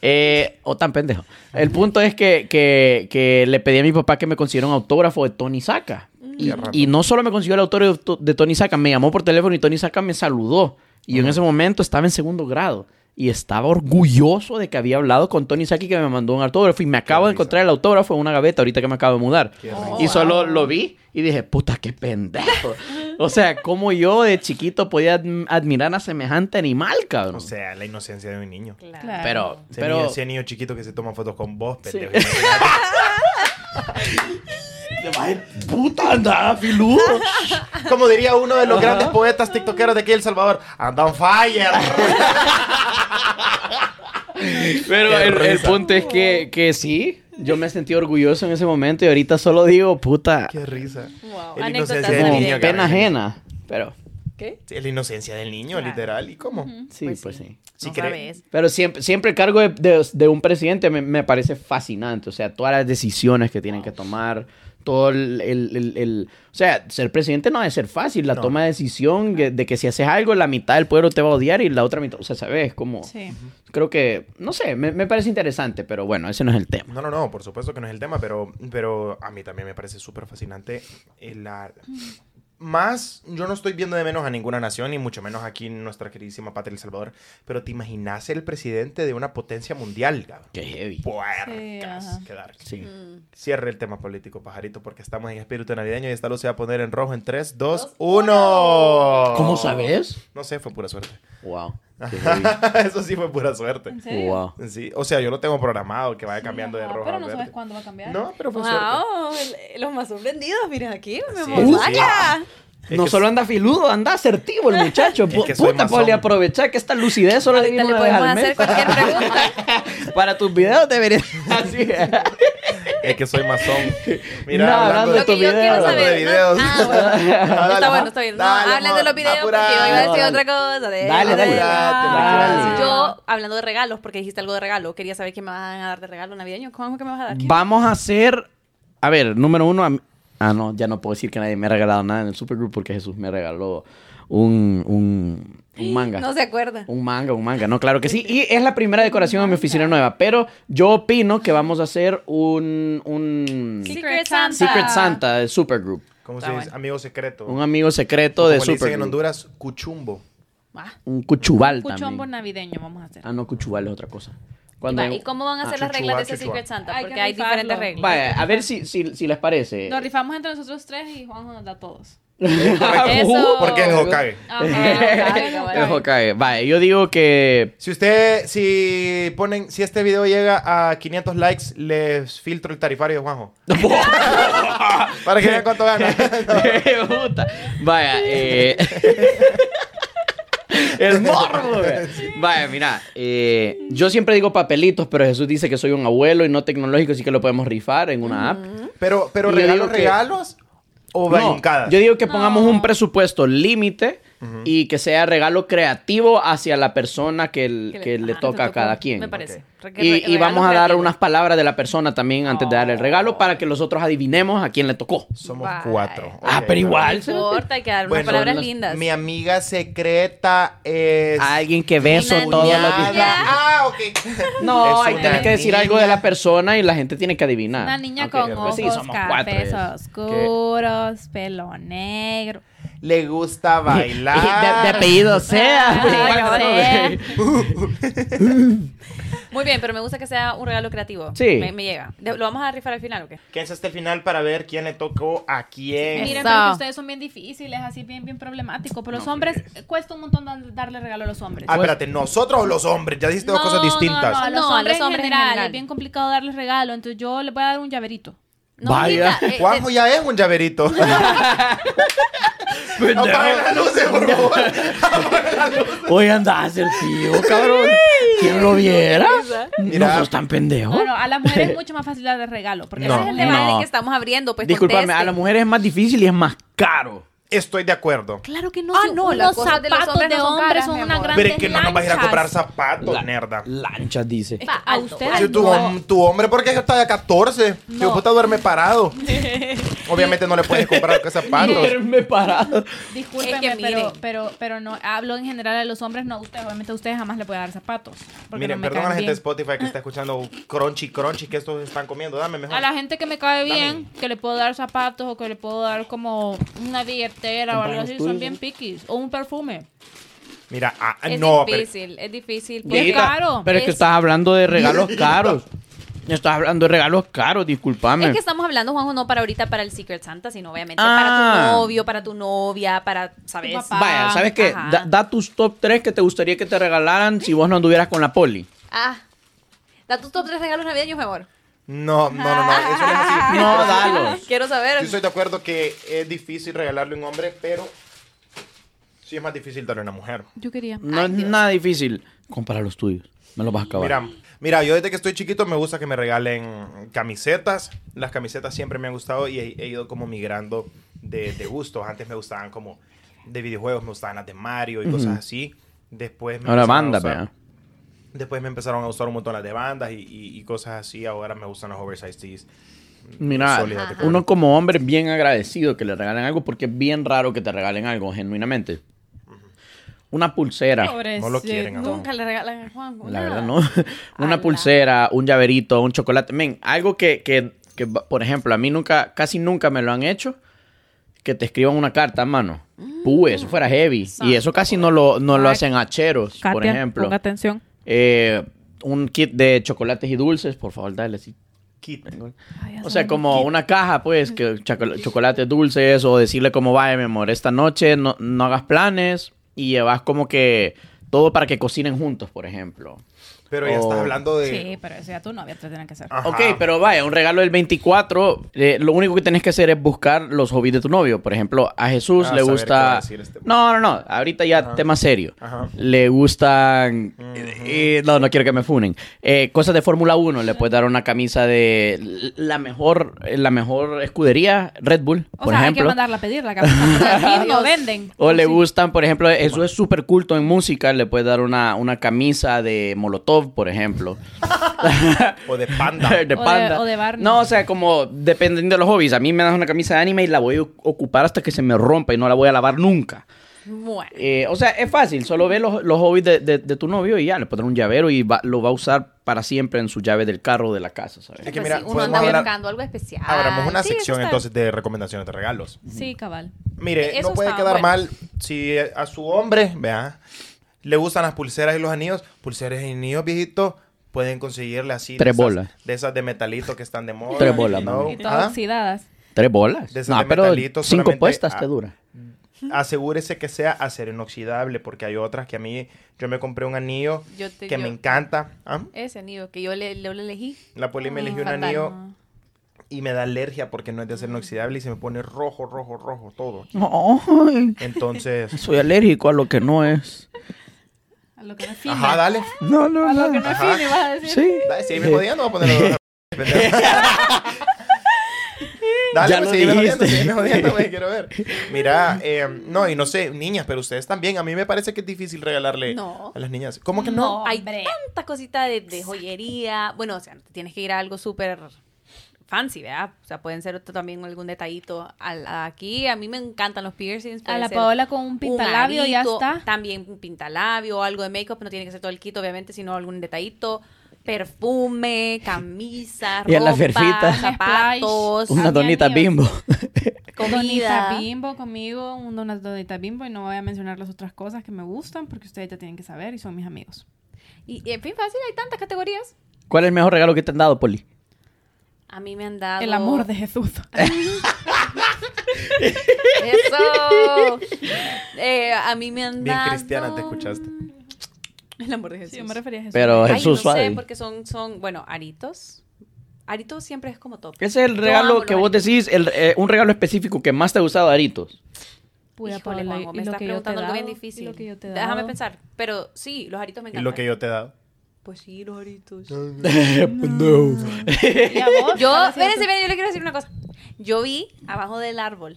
Speaker 2: Eh, o tan pendejo. El punto es que, que- que le pedí a mi papá que me consiguiera un autógrafo de Tony Saca. Y,
Speaker 1: Mm. Qué raro.
Speaker 2: y no solo me consiguió el autógrafo de Tony Saca, me llamó por teléfono y Tony Saca me saludó. Y yo en ese momento estaba en segundo grado. Y estaba orgulloso de que había hablado con Tony Saca y que me mandó un autógrafo. Y me acabo de
Speaker 1: risa.
Speaker 2: encontrar el autógrafo en una gaveta ahorita que me acabo de mudar.
Speaker 1: Qué risa.
Speaker 2: Y solo lo vi y dije, puta, qué pendejo. O sea, como yo de chiquito podía adm- admirar a semejante animal, cabrón.
Speaker 1: O sea, la inocencia de un niño.
Speaker 3: Ah.
Speaker 4: Claro.
Speaker 2: pero,
Speaker 1: Ese,
Speaker 2: pero...
Speaker 1: niño, ese niño chiquito que se toma fotos con vos,
Speaker 2: Sí.
Speaker 1: pendejo.
Speaker 2: Te vas de puta andada, filudo.
Speaker 1: Como diría uno de los grandes poetas tiktokeros de aquí El Salvador, anda on fire.
Speaker 2: Pero
Speaker 1: Qué
Speaker 2: el, el
Speaker 1: risa.
Speaker 2: punto es que, que sí, yo me sentí orgulloso en ese momento y ahorita solo digo, puta,
Speaker 1: Qué risa.
Speaker 3: Wow.
Speaker 1: El
Speaker 3: Anécdotas
Speaker 1: inocente del
Speaker 2: como
Speaker 1: niño,
Speaker 3: navideñas.
Speaker 2: pena
Speaker 1: cabrón.
Speaker 2: ajena. Pero,
Speaker 3: ¿Qué?
Speaker 1: Sí, La inocencia del niño, literal. ¿Y cómo?
Speaker 2: sí, pues, sí.
Speaker 1: Si
Speaker 3: no
Speaker 1: cree-
Speaker 3: sabes.
Speaker 2: Pero siempre, siempre el cargo de, de- de un presidente me, me parece fascinante. O sea, todas las decisiones que tienen que tomar, todo el... el- el- el- o sea, ser presidente no debe ser fácil. La
Speaker 1: No.
Speaker 2: toma de decisión que- de, que si haces algo, la mitad del pueblo te va a odiar y la otra mitad... O sea, ¿sabes? Como...
Speaker 4: Sí.
Speaker 2: Creo que... No sé, me, me parece interesante, pero bueno, ese no es el tema.
Speaker 1: No, no, no, por supuesto que no es el tema, pero, pero a mí también me parece súper fascinante eh, la... Más, yo no estoy viendo de menos a ninguna nación, y mucho menos aquí en nuestra queridísima patria El Salvador, pero te imaginas el presidente de una potencia mundial, cabrón.
Speaker 2: Qué heavy.
Speaker 1: Puercas,
Speaker 4: ajá.
Speaker 1: qué dark.
Speaker 2: Sí.
Speaker 3: Mm.
Speaker 1: Cierre el tema político, pajarito, porque estamos en espíritu navideño y esta luz se va a poner en rojo en 3, 2, 1.
Speaker 2: ¿Cómo sabes?
Speaker 1: No sé, fue pura suerte.
Speaker 2: Wow. Qué heavy.
Speaker 1: Eso sí fue pura suerte.
Speaker 4: ¿En serio?
Speaker 2: Wow.
Speaker 1: Sí, o sea, yo lo tengo programado que vaya
Speaker 4: Sí,
Speaker 1: cambiando de
Speaker 4: ajá,
Speaker 1: rojo
Speaker 4: Pero
Speaker 1: a
Speaker 4: no sabes
Speaker 1: verde.
Speaker 4: cuándo va a cambiar.
Speaker 1: No, pero fue suerte.
Speaker 3: Wow, el- los más sorprendidos, miren aquí, mi
Speaker 1: Así
Speaker 3: amor.
Speaker 1: es, sí.
Speaker 3: Vaya.
Speaker 1: Es
Speaker 2: no
Speaker 1: que
Speaker 2: solo anda filudo, anda asertivo el muchacho.
Speaker 1: Es que
Speaker 2: Pu-
Speaker 1: soy
Speaker 2: Puta,
Speaker 1: masón.
Speaker 2: Poli, aprovechar que esta lucidez solo le
Speaker 3: Ahorita
Speaker 2: vino
Speaker 3: le
Speaker 2: una vez
Speaker 3: podemos
Speaker 2: al
Speaker 3: hacer
Speaker 2: mes.
Speaker 3: cualquier pregunta.
Speaker 2: Para tus videos deberías. Así es.
Speaker 1: Es que soy masón. Mira,
Speaker 2: No,
Speaker 1: hablando
Speaker 2: hablando
Speaker 1: de
Speaker 3: Lo
Speaker 2: tus
Speaker 3: que yo
Speaker 2: videos.
Speaker 3: quiero
Speaker 1: Hablando
Speaker 3: saber.
Speaker 1: de videos.
Speaker 3: ¿no? Ah, bueno.
Speaker 1: Dale,
Speaker 3: está bueno,
Speaker 1: amor.
Speaker 3: está bien. No,
Speaker 1: Dale,
Speaker 3: hablen de
Speaker 1: amor.
Speaker 3: los videos porque
Speaker 1: Apurate,
Speaker 3: yo iba a decir
Speaker 2: dale.
Speaker 3: otra cosa. de-
Speaker 2: Dale,
Speaker 3: de-
Speaker 2: dale.
Speaker 1: Apurate, lo que quieras decir.
Speaker 3: Yo, hablando de regalos, porque dijiste algo de regalo, quería saber qué me van a dar de regalo navideño. ¿Cómo que me vas a dar? ¿Qué?
Speaker 2: Vamos a hacer. A ver, número uno. a mí- Ah, no, ya no puedo decir que nadie me ha regalado nada en el Supergroup porque Jesús me regaló un, un, un manga.
Speaker 3: No se acuerda.
Speaker 2: Un manga, un manga. No, claro que sí. Y es la primera decoración en mi oficina nueva. Pero yo opino que vamos a hacer un, un
Speaker 4: Secret
Speaker 3: Secret
Speaker 4: Santa.
Speaker 3: Santa.
Speaker 2: Secret Santa de Supergroup.
Speaker 1: ¿Cómo se
Speaker 3: Está
Speaker 1: dice?
Speaker 3: bueno.
Speaker 1: Amigo secreto.
Speaker 2: Un amigo secreto
Speaker 1: Como
Speaker 2: de
Speaker 1: le dicen en
Speaker 2: Supergroup.
Speaker 1: Honduras, cuchumbo.
Speaker 3: Ah.
Speaker 2: Un cuchubal
Speaker 4: Cuchombo
Speaker 2: también.
Speaker 4: navideño vamos a hacer.
Speaker 2: Ah, no, cuchubal es otra cosa. Cuando-
Speaker 3: Va, ¿Y cómo van a ser
Speaker 1: Ah,
Speaker 3: las reglas de
Speaker 1: chuchuá,
Speaker 3: ese
Speaker 1: chuchuá.
Speaker 3: Secret Santa?
Speaker 4: Hay que
Speaker 3: Porque hay
Speaker 4: rifarlo.
Speaker 3: diferentes reglas.
Speaker 2: Vaya, a ver si, si, si les parece.
Speaker 4: Nos rifamos entre nosotros tres y Juanjo nos da a todos. Ah,
Speaker 1: Correcto.
Speaker 3: Eso.
Speaker 1: Porque es Hokage.
Speaker 3: Ajá, Hokage, cabal.
Speaker 2: El Hokage. Vale, yo digo que.
Speaker 1: Si usted, si ponen, si este video llega a 500 likes, les filtro el tarifario de Juanjo. Para que vean cuánto gana.
Speaker 2: Puta. Vaya, eh... El morbo, güey. Vaya, mira, eh, yo siempre digo papelitos, pero Jesús dice que soy un abuelo y no tecnológico, así que lo podemos rifar en una app.
Speaker 1: Pero, pero
Speaker 2: Y yo
Speaker 1: regalos,
Speaker 2: digo que-
Speaker 1: regalos o
Speaker 2: No,
Speaker 1: brincadas.
Speaker 2: yo digo que pongamos
Speaker 4: No.
Speaker 2: un presupuesto límite y que sea regalo creativo hacia la persona que, el-
Speaker 3: Que le-
Speaker 2: que le
Speaker 3: ajá,
Speaker 2: toca
Speaker 3: te
Speaker 2: a
Speaker 3: tocó.
Speaker 2: cada quien.
Speaker 3: Me parece. Re-
Speaker 2: Y,
Speaker 3: re-
Speaker 2: y vamos a
Speaker 3: regalo
Speaker 2: dar
Speaker 3: creativo.
Speaker 2: unas palabras de la persona también antes de dar el regalo
Speaker 4: Oh.
Speaker 2: para que los otros adivinemos a quién le tocó.
Speaker 1: Somos
Speaker 3: Guay.
Speaker 1: cuatro.
Speaker 2: ah,
Speaker 1: Ok,
Speaker 2: pero
Speaker 3: No
Speaker 2: igual. cerote.
Speaker 3: importa, hay que dar unas
Speaker 1: Bueno,
Speaker 3: palabras
Speaker 2: las-
Speaker 3: lindas.
Speaker 1: Mi amiga secreta es.
Speaker 2: Alguien que beso
Speaker 3: Una
Speaker 2: todos los
Speaker 1: Nada.
Speaker 2: días.
Speaker 3: niña.
Speaker 1: Ah, ok.
Speaker 2: No,
Speaker 1: Es
Speaker 2: hay
Speaker 1: una
Speaker 2: que decir
Speaker 1: niña.
Speaker 2: algo de la persona y la gente tiene que adivinar.
Speaker 4: Una niña
Speaker 1: ok,
Speaker 4: con
Speaker 1: ok.
Speaker 4: ojos
Speaker 2: Ah, Pues sí, somos cuatro,
Speaker 4: cafés
Speaker 2: ya.
Speaker 4: oscuros, pelo negro.
Speaker 1: Le gusta bailar.
Speaker 4: Ah,
Speaker 2: apellido
Speaker 4: Sea, Sea.
Speaker 3: Muy bien, pero me gusta que sea un regalo creativo.
Speaker 2: Sí.
Speaker 3: Me, me llega. De- ¿Lo vamos a rifar al final o qué?
Speaker 1: Quédense hasta el este final para ver quién le tocó a quién.
Speaker 4: Miren,
Speaker 3: Eso.
Speaker 4: pero que ustedes son bien difíciles, así bien, bien problemático. Pero los hombres, eh, cuesta un montón dar- darle regalo a los hombres.
Speaker 1: Ah, espérate, nosotros o los hombres. Ya dijiste dos cosas distintas.
Speaker 4: No, no, a los
Speaker 3: No, a
Speaker 4: hombres,
Speaker 3: los hombres en
Speaker 4: en general,
Speaker 3: general.
Speaker 4: es bien complicado darles regalo. Entonces yo les voy a dar un llaverito.
Speaker 2: Vaya.
Speaker 3: Juanita, eh, eh,
Speaker 1: Juanjo ya es un llaverito.
Speaker 2: Pues
Speaker 1: Apaguen las luces, por favor.
Speaker 2: Hoy andás el tío, cabrón. ¿Quién lo viera?
Speaker 1: Mira.
Speaker 2: No sos tan pendejo.
Speaker 4: Bueno, a las mujeres es mucho más fácil darles regalo. Porque
Speaker 1: No.
Speaker 4: ese
Speaker 3: Ese es el debate
Speaker 2: ¿Oh? No.
Speaker 3: que estamos abriendo. Pues,
Speaker 2: Disculpame,
Speaker 3: conteste.
Speaker 2: a la mujer es más difícil y es más caro.
Speaker 1: Estoy de acuerdo.
Speaker 4: Claro que no.
Speaker 3: Ah,
Speaker 4: si
Speaker 3: no, la
Speaker 4: unos
Speaker 3: cosa
Speaker 4: zapatos
Speaker 3: de
Speaker 4: de,
Speaker 3: los hombres
Speaker 4: hombres
Speaker 3: no son caras,
Speaker 4: son,
Speaker 3: mi
Speaker 4: una
Speaker 3: amor.
Speaker 4: gran
Speaker 1: Pero es que no nos vas a ir a comprar
Speaker 4: comprar
Speaker 1: zapatos,
Speaker 2: La-
Speaker 1: nerda.
Speaker 2: Lanchas, dice.
Speaker 3: Va,
Speaker 4: A
Speaker 3: alto,
Speaker 4: ustedes
Speaker 3: alto.
Speaker 1: Si tu,
Speaker 4: no.
Speaker 1: tu hombre, porque yo estaba de 14. Si Tu
Speaker 4: No.
Speaker 1: puta duerme parado. Obviamente no le puedes comprar zapatos.
Speaker 2: Duerme parado.
Speaker 4: Discúlpenme,
Speaker 3: Es que
Speaker 4: pero,
Speaker 3: miren.
Speaker 4: pero, pero no. Hablo en general a los hombres, no a ustedes. Obviamente a ustedes jamás les voy a dar zapatos. Porque
Speaker 1: Miren,
Speaker 4: no me
Speaker 1: perdón a la
Speaker 4: caen
Speaker 1: gente de
Speaker 4: bien.
Speaker 1: Spotify que está escuchando crunchy, crunchy, que estos están comiendo. Dame mejor.
Speaker 4: A la gente que me cae bien,
Speaker 1: Dame.
Speaker 4: que le puedo dar zapatos o que le puedo dar como una billetera o algo así, son bien piquis. O un perfume.
Speaker 1: Mira, ah, ah,
Speaker 3: Es
Speaker 1: no, pero-
Speaker 3: difícil, es difícil.
Speaker 4: Qué
Speaker 3: porque-
Speaker 2: Dieguita,
Speaker 4: caro.
Speaker 2: Pero es que
Speaker 3: Pues Es-
Speaker 2: estás hablando de regalos caros. Estás hablando de regalos caros, discúlpame.
Speaker 3: Es que estamos hablando, Juanjo, no para ahorita para el Secret Santa, sino obviamente para
Speaker 2: Ah.
Speaker 3: tu novio, para tu novia, para, ¿sabes?
Speaker 4: Tu papá.
Speaker 2: Vaya, ¿sabes qué?
Speaker 3: Ajá.
Speaker 2: Da, da tus top 3 que te gustaría que te regalaran si vos no anduvieras con la poli.
Speaker 3: Ah. Da tus top tres regalos navideños, mi amor.
Speaker 1: No, no, no, no. Eso no es así.
Speaker 2: No, dalos.
Speaker 3: Quiero saber.
Speaker 1: Yo estoy de acuerdo que es difícil regalarle a un hombre, pero sí es más difícil darle a una mujer.
Speaker 4: Yo quería.
Speaker 2: No es nada difícil. Compara los tuyos. Me los vas a acabar.
Speaker 1: Mira, mira, yo desde que estoy chiquito me gusta que me regalen camisetas. Las camisetas siempre me han gustado y he, he ido como migrando de, de gustos. Antes me gustaban como de videojuegos, me gustaban las de Mario y cosas así. Después me
Speaker 2: Ahora ¿ah?
Speaker 1: empezaron a
Speaker 2: banda,
Speaker 1: gustar-
Speaker 2: vea.
Speaker 1: Después me empezaron a gustar un montón las de bandas y, y- y cosas así. Ahora me gustan los oversized tees.
Speaker 2: Mira,
Speaker 1: Sólidas de color.
Speaker 2: uno como hombre es bien agradecido que le regalen algo porque es bien raro que te regalen algo, genuinamente. Una pulsera.
Speaker 1: No lo quieren, a Juanjo.
Speaker 3: Nunca le regalan a Juanjo.
Speaker 2: La
Speaker 3: nada.
Speaker 2: verdad, no. Una
Speaker 3: Ala.
Speaker 2: pulsera, un llaverito, un chocolate. Men, algo que, que- que, por ejemplo, a mí nunca, casi nunca me lo han hecho, que te escriban una carta, mano. Uy, eso fuera heavy. Y eso casi no lo, no lo hacen hacheros, por ejemplo.
Speaker 4: ponga atención.
Speaker 2: Eh, un kit de chocolates y dulces, por favor, dale. sí.
Speaker 1: Kit.
Speaker 2: O sea, como una caja, pues, que chocolate chocolates dulces o decirle como, vaya, mi amor, esta noche no, no hagas planes y llevas como que todo para que cocinen juntos, por ejemplo.
Speaker 1: Pero ya estás
Speaker 2: Oh.
Speaker 1: hablando de...
Speaker 4: Sí, pero eso ya tu novia te tiene que hacer.
Speaker 1: Ajá.
Speaker 2: Ok, pero vaya, un regalo del 24, eh, lo único que tienes que hacer es buscar los hobbies de tu novio. Por ejemplo, a Jesús
Speaker 1: Ah,
Speaker 2: le
Speaker 1: saber qué va a
Speaker 2: gusta...
Speaker 1: decir este-
Speaker 2: No, no, no, ahorita ya tema serio.
Speaker 1: Ajá.
Speaker 2: Le gustan... eh, no, no quiero que me funen. Eh, cosas de Fórmula 1, le puedes dar una camisa de l- la mejor, eh, la mejor escudería, Red Bull,
Speaker 4: O
Speaker 2: por
Speaker 4: sea, hay que
Speaker 2: ejemplo.
Speaker 4: mandarla a pedir la camisa. no venden.
Speaker 2: O le gustan, por ejemplo, eso es súper culto en música, le puedes dar una, una camisa de Molotov, por ejemplo.
Speaker 1: O de panda.
Speaker 2: de
Speaker 4: O de-
Speaker 2: panda.
Speaker 4: o de Barney.
Speaker 2: No, o sea, como dependiendo de los hobbies. A mí me das una camisa de anime y la voy a ocupar hasta que se me rompa y no la voy a lavar nunca.
Speaker 3: Bueno.
Speaker 2: Eh, o sea, es fácil. Solo ve los, los hobbies de, de- de tu novio y ya le pondrá un llavero y va- lo va a usar para siempre en su llave del carro o de la casa, ¿sabes?
Speaker 1: Es que
Speaker 3: Pues
Speaker 1: mira,
Speaker 3: sí, uno
Speaker 1: podemos
Speaker 3: anda
Speaker 1: hablar-
Speaker 3: buscando algo especial.
Speaker 1: Abramos una
Speaker 3: Ah, Sí, eso
Speaker 1: sección
Speaker 3: está-
Speaker 1: entonces de recomendaciones de regalos.
Speaker 4: Sí, cabal.
Speaker 1: Mire,
Speaker 3: Eso
Speaker 1: no puede
Speaker 3: está
Speaker 1: quedar
Speaker 3: bueno.
Speaker 1: mal si eh, a su hombre, vea, le gustan las pulseras y los anillos. Pulseras y anillos, viejito, pueden conseguirle así. de
Speaker 2: Tres
Speaker 1: esas-
Speaker 2: bolas.
Speaker 1: De esas de metalito que están de moda.
Speaker 2: Tres bolas,
Speaker 1: ¿no?
Speaker 2: mami.
Speaker 4: Y todas
Speaker 1: Ajá.
Speaker 4: oxidadas.
Speaker 2: Tres bolas.
Speaker 1: De esas
Speaker 2: No,
Speaker 1: de
Speaker 2: pero
Speaker 1: metalito,
Speaker 2: cinco
Speaker 1: solamente ah.
Speaker 2: puestas
Speaker 1: a-
Speaker 2: te dura.
Speaker 1: Asegúrese que sea acero inoxidable, porque hay otras que a mí, yo me compré un anillo
Speaker 3: Yo te-
Speaker 1: que
Speaker 3: yo-
Speaker 1: me encanta. ¿Ah?
Speaker 3: Ese anillo que yo le, lo le elegí.
Speaker 1: La poli me
Speaker 3: Mm,
Speaker 1: eligió un
Speaker 3: fatal. Mm.
Speaker 1: anillo y me da alergia porque no es de acero inoxidable y se me pone rojo, rojo, rojo, todo.
Speaker 2: Ay,
Speaker 1: Entonces,
Speaker 2: soy alérgico a lo que no es.
Speaker 4: A lo que me fine.
Speaker 1: ajá, dale.
Speaker 2: No, no,
Speaker 4: A lo que
Speaker 2: no.
Speaker 4: no es
Speaker 1: Ajá.
Speaker 4: fine, vas a decir.
Speaker 2: Sí.
Speaker 1: Dale, si ahí me jodían, no voy a poner Dale,
Speaker 2: Ya
Speaker 1: pues,
Speaker 2: lo
Speaker 1: sígueme jodiendo,
Speaker 2: dijiste.
Speaker 1: sígueme jodiendo, güey, quiero ver. Mira, eh, no, y no sé, niñas, pero ustedes también. A mí me parece que es difícil regalarle
Speaker 3: No.
Speaker 1: a las niñas. ¿Cómo que no?
Speaker 4: No,
Speaker 3: Hay
Speaker 4: hombre.
Speaker 3: tanta cosita de, de joyería. Bueno, o sea, no te tienes que ir a algo súper fancy, ¿verdad? O sea, pueden ser otro- también algún detallito. Al- aquí a mí me encantan los piercings.
Speaker 4: A
Speaker 3: puede
Speaker 4: la
Speaker 3: ser
Speaker 4: Paola con un pintalabio ya
Speaker 3: arito,
Speaker 4: está.
Speaker 3: También un pintalabio, algo de make-up. No tiene que ser todo el kit, obviamente, sino algún detallito. Perfume, camisa, ropa,
Speaker 2: Y a la ferfita.
Speaker 3: zapatos,
Speaker 4: Un-
Speaker 2: Una
Speaker 4: a mi
Speaker 2: donita
Speaker 4: anillo.
Speaker 2: bimbo.
Speaker 3: comida.
Speaker 4: Donita Bimbo conmigo, un donas- Donita Bimbo y no voy a mencionar las otras cosas que me gustan porque ustedes ya tienen que saber y son mis amigos.
Speaker 3: Y, y, en fin, fácil, hay tantas categorías.
Speaker 2: ¿Cuál es el mejor regalo que te han dado, Poli?
Speaker 3: A mí me han dado...
Speaker 4: El amor de Jesús.
Speaker 3: ¡Eso! Eh, a mí me han
Speaker 1: Bien
Speaker 3: dado...
Speaker 1: cristiana te escuchaste.
Speaker 3: El amor de Jesús.
Speaker 4: Sí, yo me refería a Jesús.
Speaker 2: Pero
Speaker 3: Ay,
Speaker 2: Jesús
Speaker 3: no
Speaker 2: suave.
Speaker 3: sé, porque son, son, bueno, aritos. Aritos siempre es como top.
Speaker 2: Ese es el
Speaker 3: Yo
Speaker 2: regalo
Speaker 3: amo
Speaker 2: que
Speaker 3: los
Speaker 2: vos
Speaker 3: aritos.
Speaker 2: decís, el, eh, un regalo específico que más te ha gustado, Aritos.
Speaker 4: Puya,
Speaker 3: Híjole,
Speaker 4: Paola,
Speaker 3: Juanjo,
Speaker 4: y
Speaker 3: me
Speaker 4: lo
Speaker 3: estás
Speaker 4: que yo te he
Speaker 3: preguntando algo bien
Speaker 4: dado, y
Speaker 3: difícil.
Speaker 4: lo que yo te he
Speaker 3: Déjame
Speaker 4: dado.
Speaker 3: pensar. Pero sí, los aritos me
Speaker 1: Y
Speaker 3: encantan.
Speaker 1: lo que yo te he dado.
Speaker 3: Pues sí, los aritos. Mm.
Speaker 2: No.
Speaker 4: ¿Y a vos?
Speaker 3: Yo,
Speaker 4: ¿Cuál ha sido
Speaker 3: espérense,
Speaker 4: tu-
Speaker 3: espérense, yo le quiero decir una cosa. Yo vi abajo del árbol